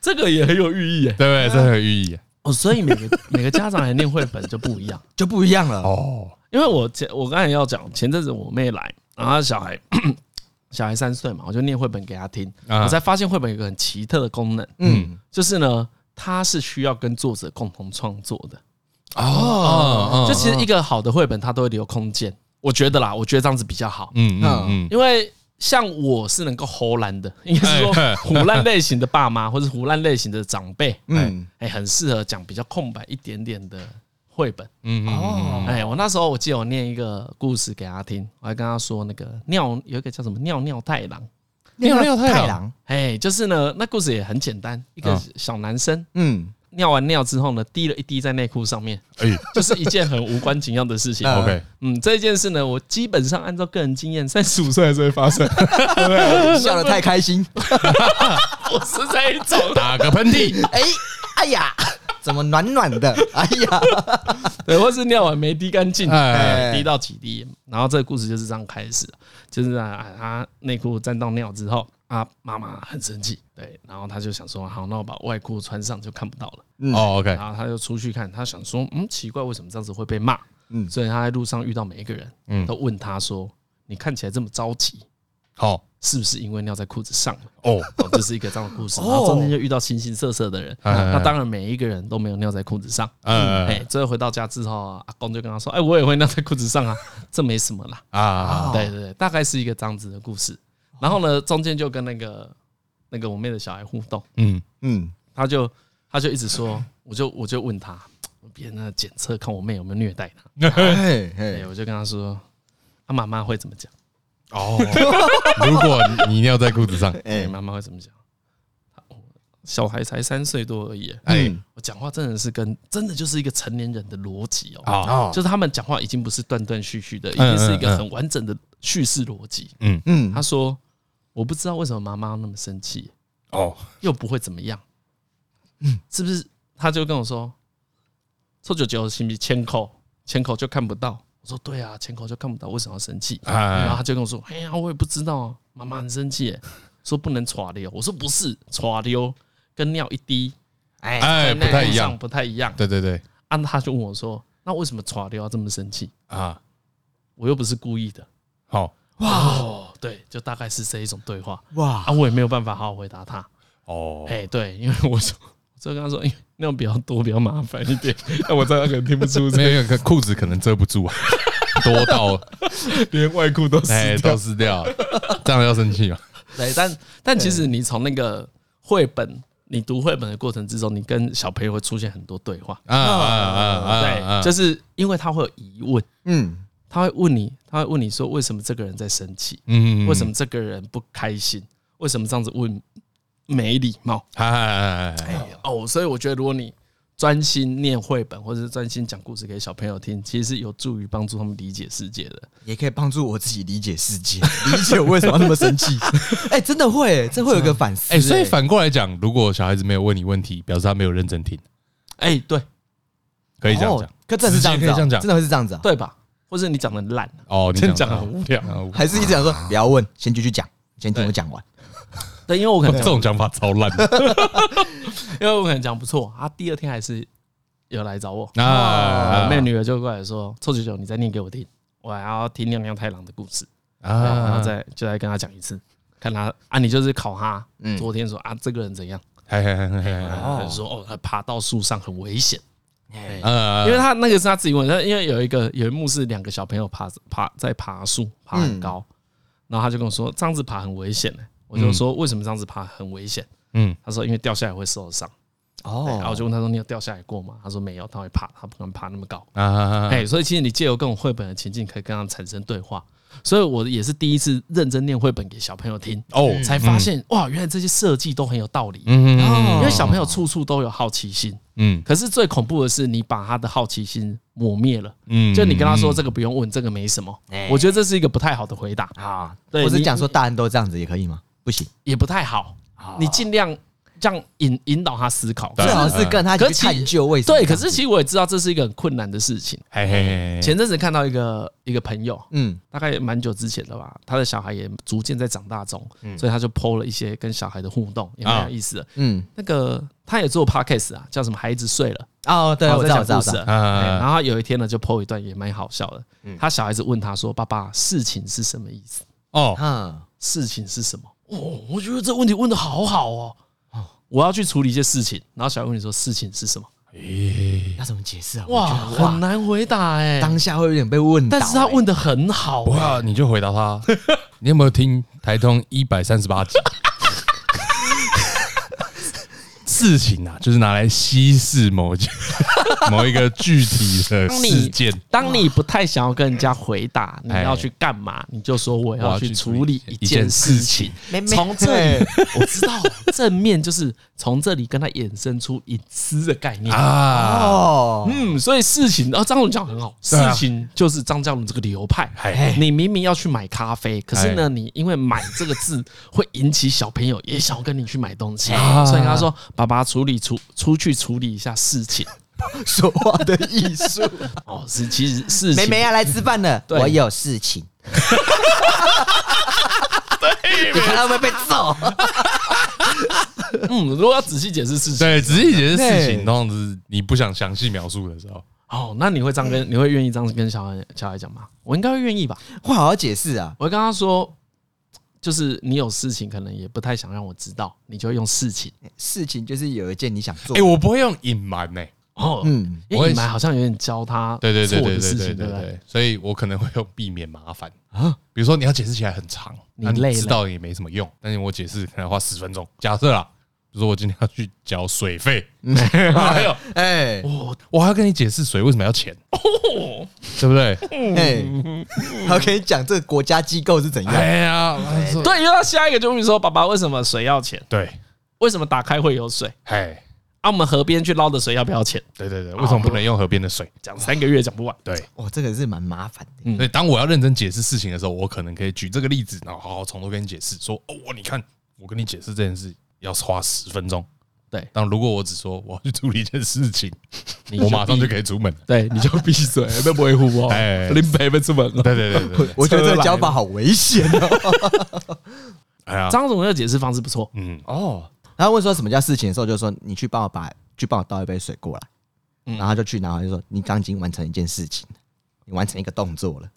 这个也很有寓意哎。
对不对？这很有寓意啊
哦，所以每个每个家长来念绘本就不一样。”
就不一样了。
哦。
因为我前我刚才要讲，前阵子我妹来，然后她小孩 小孩三岁嘛，我就念绘本给她听，
啊
我才发现绘本有一个很奇特的功能，
嗯，
就是呢，它是需要跟作者共同创作的。
哦，
就其实一个好的绘本，它都会留空间，我觉得啦，我觉得这样子比较好，
嗯嗯嗯，
因为。像我是能够胡烂的， 应该是说胡烂类型的爸妈或者胡烂类型的长辈，
嗯
嗯，哎，很适合讲比较空白一点点的绘本。
嗯嗯
哎，我那时候我记得我念一个故事给他听，我还跟他说那个尿有一个叫什么尿尿太郎，
六六
太郎
郎，
哎，就是呢，那故事也很简单，一个
嗯
小男生
嗯，
尿完尿之后呢，滴了一滴在内裤上面，
嗯，
就是一件很无关紧要的事情。
哎，OK，
嗯，这件事呢，我基本上按照个人经验，三十五岁还是会发生，
笑得太开 心。
我是这一种。
打个喷嚏，
哎，哎呀，怎么暖暖的？哎呀，
对，或是尿完没滴干净，
哎
哎，滴到几滴，然后这个故事就是这样开始，就是啊，他内裤沾到尿之后，啊，妈妈很生气，对，然后他就想说，好，那我把外裤穿上就看不到了，
哦，OK，
然后他就出去看，他想说，嗯，奇怪，为什么这样子会被骂？
嗯
嗯，所以他在路上遇到每一个人，
嗯
嗯，都问他说，你看起来这么着急，
好，
是不是因为尿在裤子上了？
哦，
哦，这是一个这样的故事，
哦
然后中间就遇到形形色色的人，
哎哎哎
那当然每一个人都没有尿在裤子上。哎
呃，
最后回到家之后啊，阿公就跟他说：“哎，我也会尿在裤子上啊， 这没什么啦。
啊，
对对对，大概是一个这样子的故事。然后呢，中间就跟那个那个我妹的小孩互动，
嗯，
嗯，
他就他就一直说，我就我就问他，别人的检测看我妹有没有虐待他，
哎
哎，
哎，
我就跟他说，他妈妈会怎么讲？
哦，如果你尿在裤子上，
哎，妈妈会怎么讲？他我小孩才三岁多而已，啊
哎，
嗯
我讲话真的是跟真的就是一个成年人的逻辑哦。
啊，嗯
哦，
就是他们讲话已经不是断断续续的，已经是一个很完整的叙事逻辑。
嗯
他，说：“我不知道为什么妈妈那么生气，
哦，
又不会怎么样，
嗯
是不是？”他就跟我说：“臭九九行不行？千口千口就看不到。”我说：“对啊，千口就看不到，为什么要生气？”然后
啊，
他就跟我说：“哎呀，我也不知道啊，妈妈很生气耶，说不能耍溜。”我说：“不是，耍溜跟尿一滴
哎，
哎，不太一
在
样
上，不太一样。”
对对对，
啊，他就问我说：“那为什么耍溜要这么生气？
啊，
我又不是故意的。”
好，
哇，对，就大概是这一种对话
哇
啊，，我也没有办法好好回答他。
哦，
哎，对，因为我说，我就跟他说，因为那种比较多，比较麻烦一点，那我真的可能听不出，
没有，裤子可能遮不住啊，多到
连外裤都
哎
是。
都撕掉，这样要生气啊，
对，但但其实你从那个绘本，你读绘本的过程之中，你跟小朋友会出现很多对话，
啊啊啊，
对，就是因为他会有疑问，
嗯，
他会问你，他会问你说为什么这个人在生气，
嗯
为什么？这个人不开心，为什么这样子问没礼貌。
哎，
哦，所以我觉得如果你专心念绘本，或者是专心讲故事给小朋友听，其实是有助于帮助他们理解世界的。
也可以帮助我自己理解世界， 理解我为什么那么生气。 哎，真的会，这会有一个反思。
哎，所以反过来讲，如果小孩子没有问你问题，表示他没有认真听，
哎、对
可以这样
哦
讲，，
可真的是这样
直
子啊，
接可以这样讲
真的会是这样子啊。
对吧？或是你讲的烂，啊
哦，你
真讲
讲得
得很无聊。
好
还是一直想说
啊
不要问，先继续讲，先听我讲完。
对，因为我可
哦
能
这
讲，
种讲法超烂的。
因为我可能讲不错，他第二天还是有来找我，
啊，
那女儿就过来说：“臭九九，你再念给我听，我还要听亮亮太郎的故事。”然后
啊，
再就再跟他讲一次，看他啊，你就是考他，
嗯
昨天说啊，这个人怎样，
还还还还还，
他就说哦，他爬到树上很危险，
呃
因为他那个是他自己问的，他因为有一个有一幕是两个小朋友爬爬在爬树，爬很高，
嗯
然后他就跟我说这样子爬很危险呢，欸我就说为什么这样子爬很危险？
嗯，哦
他说因为掉下来会受伤，对
哦
然后我就问他说你有掉下来过吗？他说没有，他会爬，他不敢爬那么高。
啊，
哎、所以其实你借由各种绘本的情境，可以跟他们产生对话。所以我也是第一次认真念绘本给小朋友听，
哦，
才发现哇，原来这些设计都很有道理。
嗯嗯
因为小朋友处处都有好奇心，
嗯
可是最恐怖的是你把他的好奇心抹灭了。
嗯，
就你跟他说这个不用问，这个没什么，
哎
我觉得这是一个不太好的回答，
啊，
对
或是
你
讲说大人都这样子也可以吗？不行，
也不太好。
啊
你尽量这样引引导他思考。
对
最好是跟他一起
啊可
去
是其
探究为什么
对，
这
可
样子。哎
是其实我也知道这是一个很困难的事情。
嘿嘿嘿，
前阵子看到一个一个朋友，
嗯，
大概也蛮久之前的吧，他的小孩也逐渐在长大中，所以他就 PO 了一些跟小孩的互动，也蛮有意思的。
嗯，
那个他也做 podcast 啊，叫什么“孩子睡了
哦，”，对，
然
我
后
知
在
道，
讲
我知道，
故事
我知
啊。
道。嗯
对
啊
然后他有一天呢，就 PO 一段也蛮好笑的。他小孩子问他说：“爸爸，事情是什么意思？
哦，
嗯，
事情是什么？”哦，我觉得这问题问的好好哦。我要去处理一些事情，然后小孩问你说事情是什么？
要怎么解释啊？
哇，
我觉得哇
很难回答哎、
当下会有点被问到，
但是他问的很好、
不
欸，
要你就回答 他，你有没有听台通一百三十八集？ 事情啊，就是拿来稀释某 件某一个具体的事件。
当你不太想要跟人家回答，你
哎
要去干嘛？你就说我
我
要
要
去
去
处
处
理
理
一
一件
件事
事
情。
妹妹
从这里，我知道正面就是从这里跟他衍生出隐私的概念。
啊，
哦，
嗯，所以事情啊，张总讲得很好，事
对啊
情就是张嘉伦这个流派。
哎
你明明要去买咖啡，可是呢，你因为“买”这个字会引起小朋友也想要跟你去买东西，
啊
所以跟他说：“爸爸，处理出出去处理一下事情。
说话的 艺术。”
哦，是其实事
妹
情
妹要来吃饭了，
对
我有事 情。你看他会不会被揍？
嗯，如果要仔细解释事情，
对，仔细解释事情，
对
通常是你不想详细描述的时候，
哦，那你会这样跟你会愿意这样跟小孩小孩讲吗？我应该会愿意吧。
会好好解释啊。
我会跟他说，就是你有事情，可能也不太想让我知道，你就会用事情
事情就是有一件你想做
哎，，我不会用隐瞒欸呢。
哦，
嗯，
因为
我会
隐瞒好像有点教他
对对对
错
对
的
对
事
对
情，对
对
不对？
对，所以我可能会用避免麻烦啊，比如说你要解释起来很长，
你
那
累了
知道也没什么用，但是我解释可能要花十分钟。假设啦，比如说我今天要去缴水费，还有
哎
我还要跟你解释水为什么要钱，
哦
对不 对？
哎，他跟你讲这个国家机构是怎样，
哎呀，说
对，因为他下一个就比如说，爸爸为什么水要钱？
对，
为什么打开会有水？
哎，
啊，我们河边去捞的水要不要钱？
对对对，为什么不能用河边的水？
讲三个月讲不完。
对，
哇，这个是蛮麻烦的。
所以当我要认真解释事情的时候，我可能可以举这个例子，然后好好从头跟你解释，说哦，你看我跟你解释这件事要花十分钟。
对
但如果我只说我要去处理一件事情，
你
我马上就可
以，
以出门了。
对，你就闭嘴，被维护哦，
哎
林北被出门了。
对对对 对对，
我觉得这个讲法好危险哦。
哎呀，
张总的解释方式不错，
嗯，
哦， 然后问说什么叫事情的时候，就说你去帮我把去帮我倒一杯水过来，然后他就去，然后就说你刚已经完成一件事情，你完成一个动作了，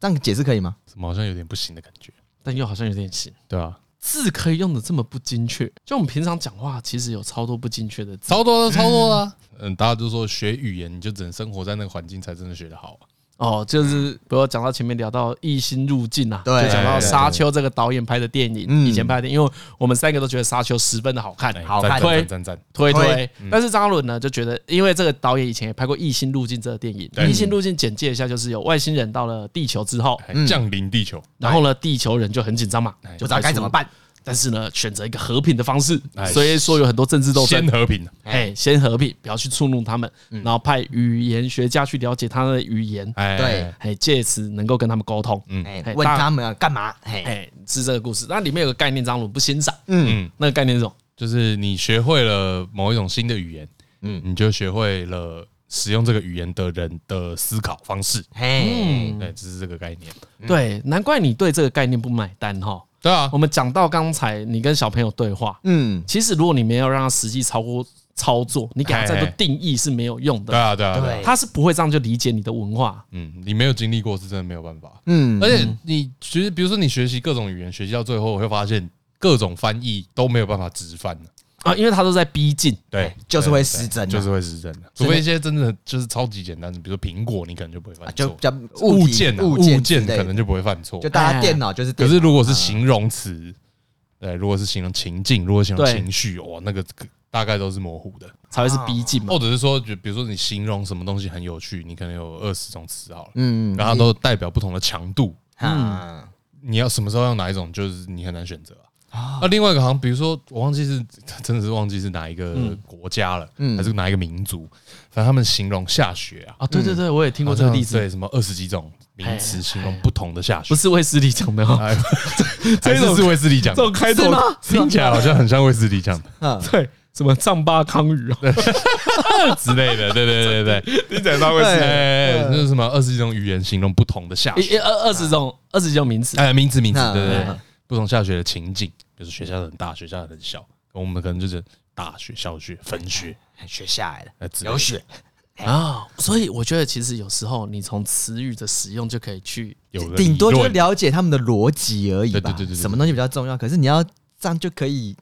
这样解释可以吗？
怎么好像有点不行的感觉？
但又好像有点行。
对啊，
字可以用的这么不精确，就我们平常讲话其实有超多不精确的字
超多的，超多的啊。嗯，大家都说学语言，你就只能生活在那个环境才真的学得好啊。
哦，就是比如讲到前面聊到《异星入境》啊，
对
就讲到《
对对对
沙丘》这个导演拍的电影，
嗯
以前拍的电影，因为我们三个都觉得《沙丘》十分的好看，啊
哎
好
赞
看
赞赞赞赞，
推
推
推。
嗯
但是张伦呢，就觉得因为这个导演以前也拍过《异星入境》这个电影，
对
《异星入境》简介一下，就是有外星人到了地球之后，
哎降临地球，
然后呢，地球人就很紧张嘛，
不
就
知道该
派出
怎么。办。
但是呢，选择一个和平的方式，
哎
所以说有很多政治斗争
先。和平。嗯
哎，先和平，不要去触怒他们，然后派语言学家去了解他的语言，
哎，
对
哎，借此能够跟他们沟通。嗯，
哎
嘿，
问
大
他们要干嘛？嘿，
哎，是这个故事。那里面有个概念，张鲁不欣赏。
嗯
嗯，那个概念是什么？
就是你学会了某一种新的语言，嗯，你就学会了使用这个语言的人的思考方式。
嘿，
对，只是这个概念。
对，难怪你对这个概念不买单哈。
对啊
我，们讲到刚才你跟小朋友对话，
嗯，
其实如果你没有让他实际操过操作，你给他再多
嘿嘿
定义是没有用
对
的，
啊，对啊，对啊。
对
他是不会这样就理解你的文化。
嗯，你没有经历过是真的没有办法。
嗯，
而且你其实，比如说你学习各种语言，学习到最后会发现各种翻译都没有办法直翻的。
啊，因为他都在逼近，
对，
哎就是会失真啊
就是会失真的。除非一些真的就是超级简单的，比如说苹果，你可能就不会
啊
犯
就
错。
叫
物
体
件啊，
物
物
件之
件
类的
可能就不会犯错
就。大啊家电脑就是
可
电脑，
是如果是形容词，对，如果是形容情境，如果形容
对
情绪，哇，那个大概都是模糊的。
才会是逼
嗯
近嘛。
或者是说，就比如说你形容什么东西很有趣，你可能有二十种词好了，
嗯
然后它都代表不同的强度，
嗯，
你要什么时候用哪一种，就是你很难选择啊。那另外一个好像，比如说我忘记是 真的是忘记是哪一个国家了，还是哪一个民族，反正他们形容下雪啊，
啊，对对对，我也听过这个例子，
对什么二十几种名词形容哎不同的下雪
不，是卫斯理讲的 哦，
哎还是是卫斯理讲的，
开
是吗
听起来好像很像卫斯理讲的
嗯
对，什么丈八康鱼哦，
之类的，对对对对对， 哎听起来像
卫斯理
理，就是什么二十几种语言形容不同的下雪，
一一哎二二十种二十种名词，
哎，名字名字，
嗯
对对对
嗯，
不同下雪的情景，比如说学校很大，学校很小，我们可能就是大学、小学、分学，
雪下来了
哎，之类的
哎有雪，
啊，所以我觉得其实有时候你从词语的使用就可以去，
有个
顶多
理
就
论
是了解他们的逻辑而已吧。
对对对对对
什么东西比较重要？可是你要这样就可以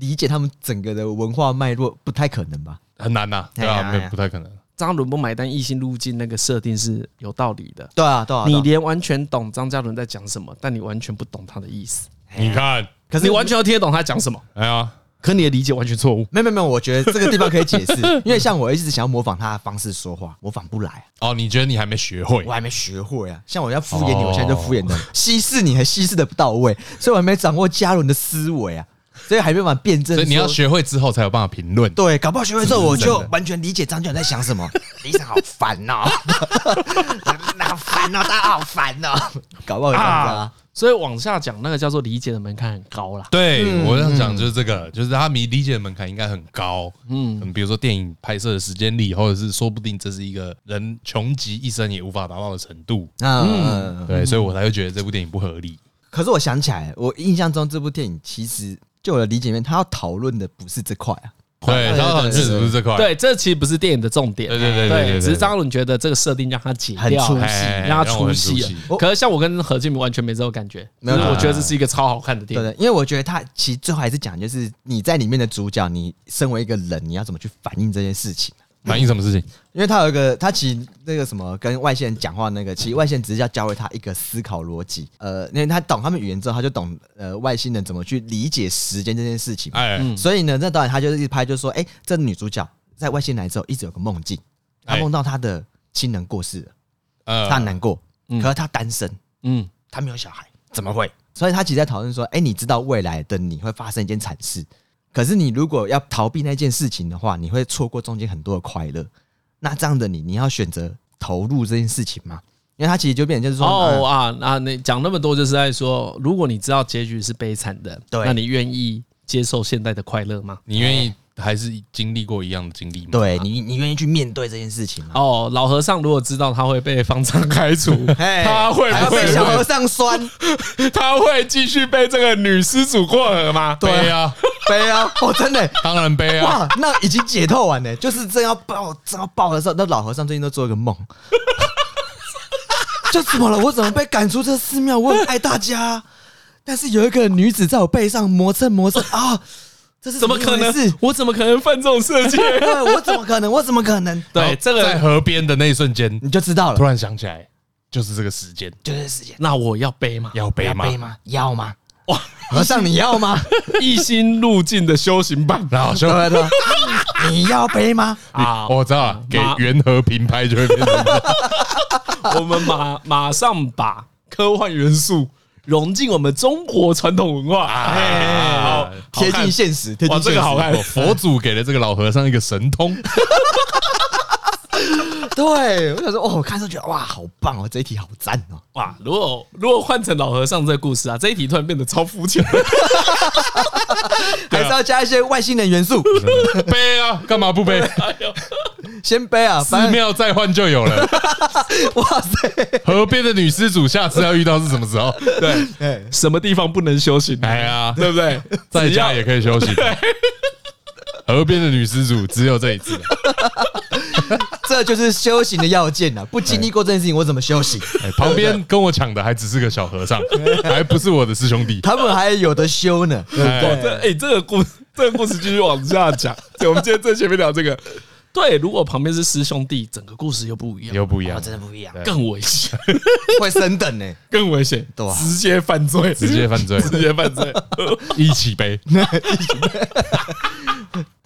理解他们整个的文化脉络，不太可能吧？
很难呐，对
哎
啊，
呀
没
哎呀
有不太可能。
张嘉伦不买单异性路径那个设定是有道理的。
对啊，对啊，
你
对啊
连完全懂张嘉伦在讲什么，但你完全不懂他的意思，
哎
你看，
可是你完全要听得懂他讲什么，
哎呀，
可你的理解完全错误。
没有没有没有，我觉得这个地方可以 解释，因为像我一直想要模仿他的方式说话，模仿不来，啊
哦，你觉得你还没学会
我？还没学会啊。像我要敷衍你，
哦
我现在就敷衍的，稀释你还稀释的不到位，所以我还没掌握嘉伦的思维啊，所以还没办法辩证
所
说。
以你要学会之后才有办法评论。
对，搞不好学会之后我
真
就
的真的
完全理解张俊在想什么。李想好烦哦， 好烦哦，他好烦哦，搞不好有这样子啊。
所以往下讲，那个叫做理解的门槛很高啦。
嗯
对，我要讲就是这个，就是他们理解的门槛应该很高。嗯，比如说电影拍摄的时间力，或者是说不定这是一个人穷极一生也无法达到的程度。
嗯，
对，所以我才会觉得这部电影不合理。
可是我想起来，我印象中这部电影其实就我的理解里面，他要讨论的不是这块啊。
对，
对
他好像确实不是这块。
对，这其实不是电影的重点。
对对对对对
只是张嘉伦觉得这个设定让他解
很
掉
出
了，
戏哎
让他
让我
出
很
戏
出戏
了。可是像我跟何建明完全没这种感觉，
没
就
有
是我觉得这是一个超好看的
嗯
电
对
影。
对，因为我觉得他其实最后还是讲，就是你在里面的主角，你身为一个人，你要怎么去反映这件事情。
反映什么事情？
因为他有一个，他其实那个什么跟外线讲话那个，其实外线只是要教会他一个思考逻辑。呃，因为他懂他们语言之后，他就懂呃外星人怎么去理解时间这件事情。
哎，
所以呢，这导演他就是一直拍，就说，哎、这女主角在外星来之后一直有个梦境，她
哎
梦到她的亲人过世了，
呃
她很难过，可是她单身，
嗯，
她没有小孩，怎么会？所以他其实在讨论说，哎、你知道未来的你会发生一件惨事，可是你如果要逃避那件事情的话，你会错过中间很多的快乐。那这样的你，你要选择投入这件事情吗？因为他其实就变成就是说，
哦
哦，
啊，那你讲那么多，就是在说，如果你知道结局是悲惨的，
对
那你愿意接受现在的快乐吗？
你愿意还是经历过一样的经历吗？，
对你，你愿意去面对这件事情吗？
哦，老和尚如果知道他会被方丈开 除，
哎
他会
还要
不
被小和
会
尚酸
他会继续被这个女施主过河吗？
悲啊，
背啊！哦，真的、
当然悲啊。
哇，那已经解透完了，就是正要爆正要爆的时候，那老和尚最近都做一个梦， 就怎么了？我怎么被赶出这寺庙？我很爱大家啊，但是有一个女子在我背上磨蹭磨蹭啊，这是
怎么可能
是？？
我怎么可能犯这种事情？
对我怎么可能？我怎么可能？
然后
对，这
在
个
河边的那一瞬间，
你就知道
突
了，
然想起来，就是这个时间
就是时间
那我要背 吗？
要悲
要
吗？
背吗？要吗？哇，和尚你 要吗？
一心入境的修行 版
然后就
对不对？你要背吗？
啊！
我知道了，给
妈
袁和平拍就会变成这样
我们马马上把科幻元素融进我们中国传统文化，哎，好
贴近现实，贴近
哇这个
现实。
好看
佛祖给了这个老和尚一个神通，
对，我想说，哦，我看上去哇，好棒哦，这一题好赞哦。
哇！如果如果换成老和尚这个故事啊，这一题突然变得超肤浅。
啊还是要加一些外星人元素。
背啊，干嘛不背？
哎呦，
先背啊，
寺
反正
庙再换就有了。
哇塞，
河边的女施主，下次要遇到是什么时候？对，
哎
什么地方不能修行？啊
哎呀，
对不对？
在
只要
家也可以休息。河边的女施主只有这一次，
这就是修行的要件呐、啊不经历过这件事情，我怎么修行？
哎旁边跟我抢的还只是个小和尚，还不是我的师兄弟。
他们还有的修呢，对
哇，
不
这
对？
哎、这个故这个故事继续往下讲。对我们今天最前面聊这个，对，如果旁边是师兄弟，整个故事又不一样，
又不一样
哦，，真的不一样，
更危险，
会升等呢、
更危险，
对啊
直接犯罪，
直接犯罪，
直接犯罪。
一起背。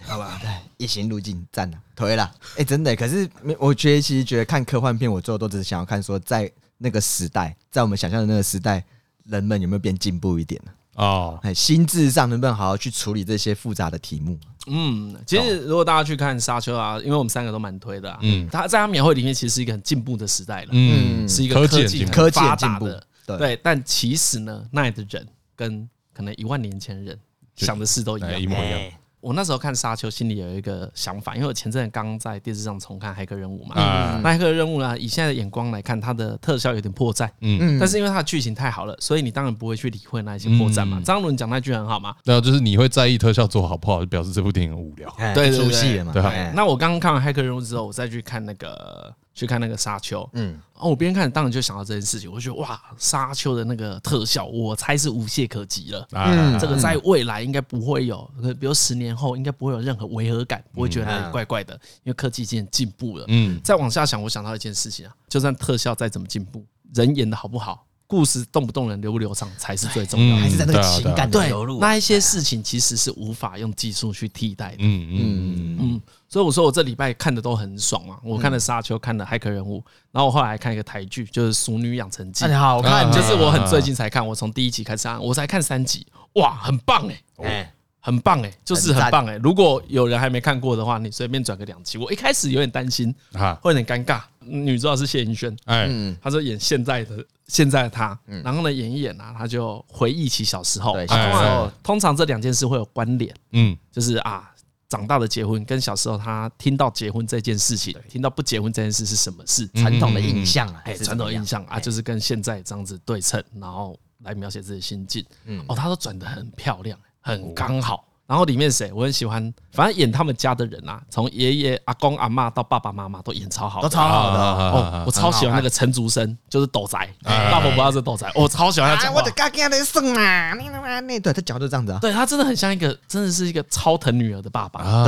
好吧，对，夜行路径赞了，推了。哎、真的、可是没我觉得其实觉得看科幻片，我最后都只是想要看说，在那个时代，在我们想象的那个时代，人们有没有变进步一点呢、
哦，
哎，心智上能不能好好去处理这些复杂的题目？
嗯，其实如果大家去看《沙丘》啊，因为我们三个都蛮推的、啊，嗯，他在他描绘里面其实是一个很进步的时代了，
嗯，
是一个
科技
技
很进
很
步
科技
发
很进
达
步
的，
对
对。但其实呢，那里的人跟可能一万年前人想的事都一
哎
样
一。模一样
我那时候看《沙丘》，心里有一个想法，因为我前阵子刚在电视上重看《骇客任务》嘛，
啊，
那一个任务呢，以现在的眼光来看，它的特效有点破绽，
嗯
嗯，但是因为它的剧情太好了，所以你当然不会去理会那一些破绽嘛。张伦讲那句很好嘛，
那就是你会在意特效做好不好，就表示这部电影很无聊。
哎
对对对
出戏了嘛？
对啊
哎
那我刚刚看完《骇客任务》之后，我再去看那个去看那个《沙丘》，
嗯
嗯，哦，我边看当然就想到这件事情，我就觉得哇，《沙丘》的那个特效，我猜是无懈可击了。
啊，
嗯
这个在未来应该不会有，呃比如十年后应该不会有任何违和感，不会觉得哪里怪怪的，因为科技已经很进步了。
嗯，
再往下想，我想到一件事情啊，就算特效再怎么进步，人演的好不好，故事动不动人流不流畅才是最重要的。
还是在那个
对啊
情感的
对
流，入啊、
那一些事情其实是无法用技术去替代的。
嗯嗯嗯，
嗯，所以我说我这礼拜看的都很爽啊，我看了《沙丘》，看了《骇客任务》，然后我后来还看一个台剧，就是《熟女养成记
那你》，好看
啊
呢、
就是我很最近才看，我从第一集开始看，我才看三集，哇，很棒哎、
哎
很棒哎、就是
很
很
赞
棒哎、如果有人还没看过的话，你随便转个两集。我一开始有点担心，
啊，
会有点尴尬。女主角是谢盈萱，
哎，
她说演现在的现在的她，然后呢演一演啊，她就回忆起小时候。
对
通
小时
常
候
通常这两件事会有关联，
嗯，
就是啊，长大的结婚跟小时候她听到结婚这件事情，听到不结婚这件事是什么事，
传统的印象啊，还
嗯哎，
是
传
怎
统
么
印
样
象啊，就是跟现在这样子对称，然后来描写自己的心境。哦，他都转的很漂亮，很刚好。然后里面谁，我很喜欢，反正演他们家的人啊，从爷爷、阿公、阿嬷到爸爸妈妈都演超好
都
的。
超
啊
好的哦、
哦，啊我超喜欢那个陈竹生，就是斗宅，大伯不要是斗哦宅，我超喜欢他
哎
啊，
讲
我
话
的。嘎嘎的送啦，你他妈你
对啊他讲话就这样子啊，
对他真的很像一个，真的是一个超疼女儿的爸
啊
爸，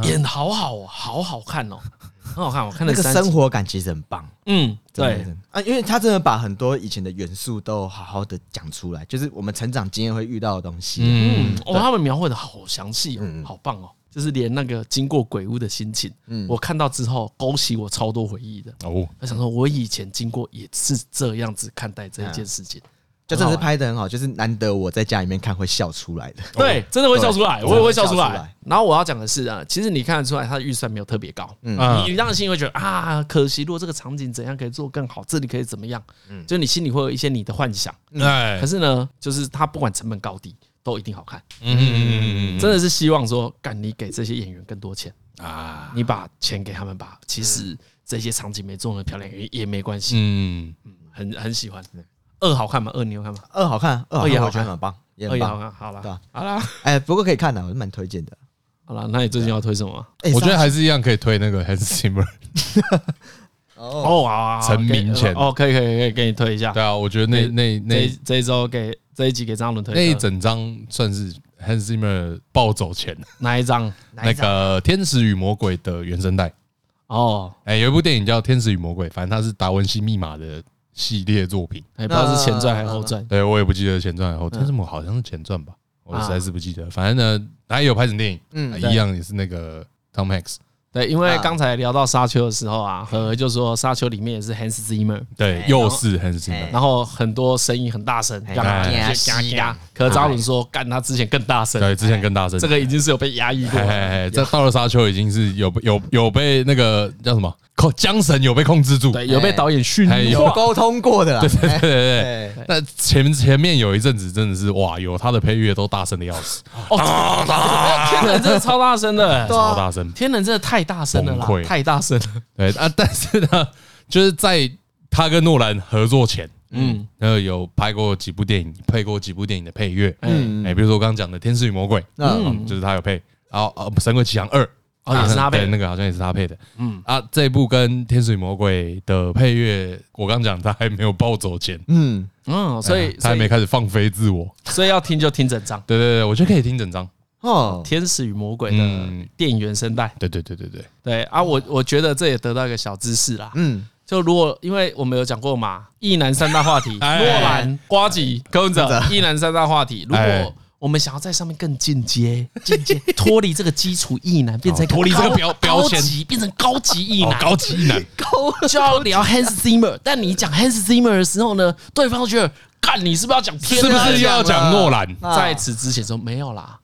对，
演好好哦，好好看哦，很好看。我看了
那个
三集
生，活感其实很棒。
嗯，
对
对，
啊，因为他真的把很多以前的元素都好好的讲出来，就是我们成长经验会遇到的东西。啊
嗯，
嗯，哦，他们描绘的好详细哦，好棒哦，就是连那个经过鬼屋的心情，我看到之后勾起我超多回忆的。
哦，
我想说，我以前经过也是这样子看待这一
嗯
件事情，
就真的是拍的很好，就是难得我在家里面看会笑出来的。
哦对，真的会笑出来，
对
我也会笑出
真的会笑出
来
来。
然后我要讲的是啊，其实你看得出来，它的预算没有特别高，
啊
你你让心里会觉得啊，可惜，如果这个场景怎样可以做更好，这里可以怎么样，
嗯
就你心里会有一些你的幻想。
哎
可，是呢，就是它不管成本高低，都一定好看。
嗯嗯嗯
真的是希望说，干你给这些演员更多钱。
嗯啊，
你把钱给他们吧，其实这些场景没做的漂亮也也没关系，
嗯，
很很喜欢。二好看吗？二你有看吗？
二好看，二
二也好
我觉得很棒，也
二
很
也好
棒。
看，好
对啊
啦，好啦，
哎，不过可以看的，我是蛮推荐的。
好啦。那你最近要推什么吗？
哎
我觉得
上
还是一样可以推那个 Hans Zimmer。
哦，
哦，好啊，好
陈明
给
前
哦，可以可以可以给你推一下
对。啊，我觉得那那
这
那
一这一周给这一集给张伦推
那一
歌
整张算是 Hans Zimmer 暴走前
哪一张？
哪
那
一张
个《天使与魔鬼》的原声带。
哦，
哎、有一部电影叫《天使与魔鬼》，反正它是达文西密码的系列作品。
哎，不知道是前传还是后传。
对我也不记得前
嗯
传哦还是后传，但是我好像是前传吧，
啊
我实在是不记得。反正呢，它也有拍成电影，嗯，一样也是那个 Tom Hanks。
对，因为刚才聊到沙丘的时候啊，何就说沙丘里面也是 Hans Zimmer，
对，又是 Hans Zimmer。
然后很多声音很大声，让他
哎
嘎嘎。可是张伦说，干他之前更大声，
对，之
哎
前更大声。
啊
这个已经是有被压抑过
哎
了。
哎哎，这到了沙丘已经是有有有被那个叫什么控缰绳有被控制住，
对，有被导演训
哎有
话，
沟通过的啦，
对对对对
哎
对。那前前面有一阵子真的是哇，有他的配乐都大声的要死，
哦 天人真的超大声的，
对啊
超大声。
天人真的太大声了啦
崩，溃
太大声了。
对啊，但是呢，就是在他跟诺兰合作前，嗯，然后有拍过几部电影，配过几部电影的配乐，嗯，哎，比如说我刚刚讲的《天使与魔鬼》，嗯，就是他有配，然后呃，《神鬼奇航二》啊
哦也是他配的
对那个好像也是他配的，嗯啊，这一部跟《天使与魔鬼》的配乐，我刚讲他还没有暴走前，
嗯，
嗯， 所以
他
所
还哎没
以
开始放飞自我，
所以要听就听整张《
对对对，我觉得可以听整张，
哦，
天使与魔鬼》的
嗯
电影原声带。
对对对对对，
对啊，我我觉得这也得到一个小知识啦。
嗯，
就如果因为我们有讲过嘛，一男三大话题，诺
哎
兰、瓜吉、柯文哲，一男三大话题。如
哎
果我们想要在上面更进阶、进阶， 脱离这个基础意男，变成一
哦脱离这个
高
标标签
高级变成高级意
哦
男，，
高级一男，
就要聊 Hans Zimmer。但 你讲 Hans Zimmer 的时候呢，对方就觉得，干你是不是要讲 天
是不
啊？
是要讲诺兰？
啊
在此之前说没有啦，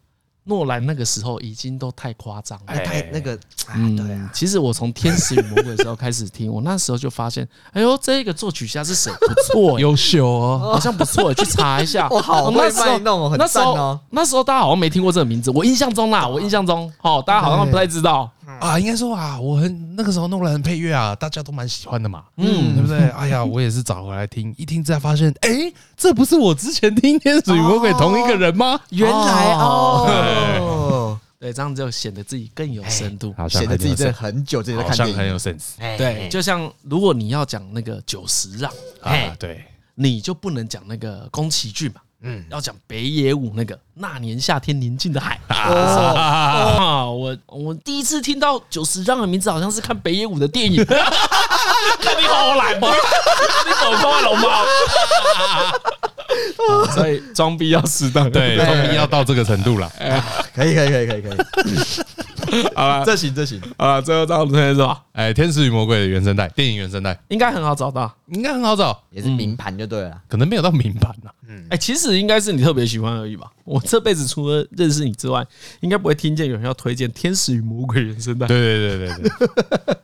诺兰那个时候已经都太夸张了。
哎，太那个，哎，
嗯
对啊，
其实我从《天使与魔鬼》的时候开始听，我那时候就发现，哎呦，这个作曲家是谁？不 错耶，
优秀哦，
好像不错耶，去查一下。
哇好
那时候
会卖弄哦很
那时
赞
候
哦
那时候大家好像没听过这个名字，我印象中 啦，我印象中，哦，大家好像不太知道。
嗯
啊，应该说啊，我很那个时候弄了很配乐啊，大家都蛮喜欢的嘛，嗯，对不对？哎呀，我也是找回来听， 一听才发现，哎，这不是我之前听《天使与魔鬼》同一个人吗？
原
啊
来哦，
对，这样就显得自己更有深度。
好
显得自己真的很久之前在
好
看
像
电
很
影，
有 sense
哎
对，就像如果你要讲那个九十让，
啊，对，
你就不能讲那个宫崎骏嘛，嗯，要讲北野武那个《那年夏天宁静的 海》啊，我我第一次听到九十让的名字，好像是看北野武的电 影，看你好懒吗？你走过龙 猫，哦所以装逼要适当，
对，终于要到这个程 度了，
可以可以可以可以可以， 啊，这行这行，
啊，最后到推是吧？
哎，《天使与魔鬼》的原声带，电影原声带
应该很好找到。
应该很好找，
也是名盘就对了，
可能没有到明版啊，
哎、其实应该是你特别喜欢而已吧。我这辈子除了认识你之外，应该不会听见有人要推荐《天使与魔鬼》原声带。
对对对对对，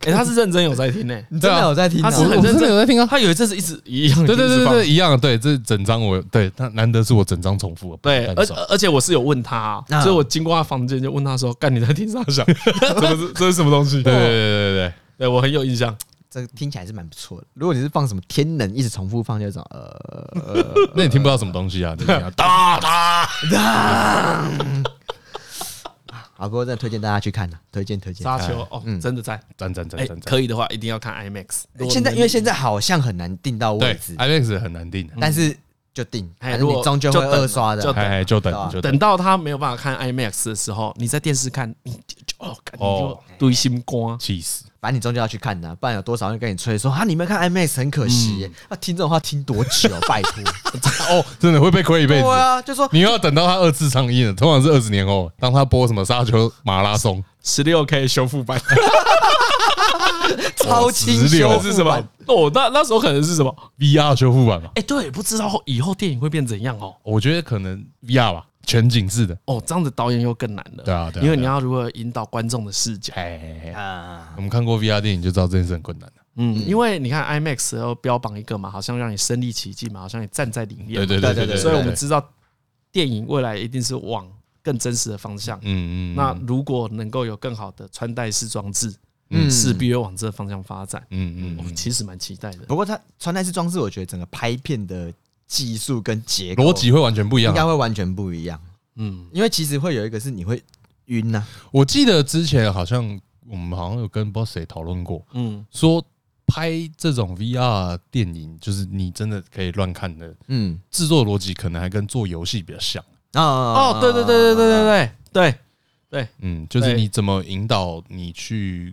哎、他是认真有在听呢、
你真的有在听
他
啊？
是很 认
我真的
真
有在听啊
他有一阵子一直一样，
对对
一
对
直
对
放
对，一样，对，这整张我对，但难得是我整张重复了，
对，
不
而
然少
而且我是有问他、
啊
所以我经过他房间就问他说：“干你在听啥响？ 这是这是什么东西？”
对对对
对
对对。
对，我很有印象。
这个听起来是蛮不错的。如果你是放什么天能一直重复放，就找呃
那你听不到什么东西啊？对
哎
不对哒哒，
啊，不过真的推荐大家去看的，推荐推荐。
沙丘哦，真的在。
赞赞
哎
赞赞，赞！
可以的哎话一定要看 IMAX。如果
现在
你
因为现在好像很难定到
对
位置，
，IMAX 很难定的，
但是就定，
嗯哎
反正
如
你
果
终究
就
会
等
二刷
就
的。
哎，哎就
对
等
啊
就等
等到他没有办法看 IMAX 的时候，你在电视看，你就就哦，干你
哦
就堆心肝。
气死！
反正你终究要去看的、不然有多少人跟你吹说啊，你没有看 IMAX 很可惜
嗯
耶、那、听这种话听多久？拜托，
哦，真的会被亏一辈
对
子。
啊，就说
你又要等到他二次上映了，通常是二十年后，当他播什么沙丘马拉松，
十六 K 修复版
超清哎
16
修
修
那是什么？哦，那那时候可能是什么？
VR 修复版嘛？
哎，对，不知道以后电影会变怎样哦。
我觉得可能 VR 吧，全景式的。
哦，这样子导演又更难了。
对啊对啊
因为
对啊
你要如何引导观众的视角。
哎哎，哎
啊，
我们看过 VR 电影就知道这件事很困难的。
嗯，因为你看 IMAX 要标榜一个嘛，好像让你身临其境嘛，好像你站在里面。
对对对
对对
对，
所以我们
对
知道电影未来一定是往更真实的方向。
嗯嗯，
那
嗯
如果能够有更好的穿戴式装置，
嗯
势必会往这个方向发展。
嗯嗯
我
嗯，
其实蛮期待的。
不过它穿戴式装置，我觉得整个拍片的技术跟结构
逻辑会完全不一
应
样啊。
该会完全不一样，
嗯，
因为其实会有一个是你会晕呐、
我记得之前好像我们好像有跟 boss 也讨论过，
嗯，
说拍这种 VR 电影，就是你真的可以乱看的，
嗯
制作逻辑可能还跟做游戏比较像。
啊，
哦，对对对对对对对对
嗯，就是
对
你怎么引导你去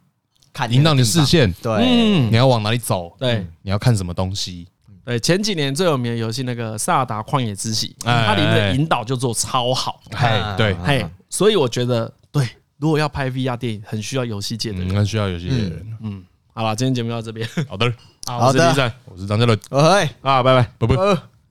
看
引导你的
那个地方
视，线，
对，
对，
你
嗯，
要往哪里走，嗯
对
你要看什么东西，
对，前几年最有名的游戏那个《萨达旷野之息》，
哎
它里面的引导就做超好。
哎，对，
啊
嘿，所以我觉得，对，如果要拍 VR 电影，很需要游戏界的
嗯，
人。
那需要有些人。
嗯，好了，今天节目到这边。
好的，
好
好
我是
的
李正，
我是张嘉伦，
喂、
啊，拜拜。
拜拜。
呃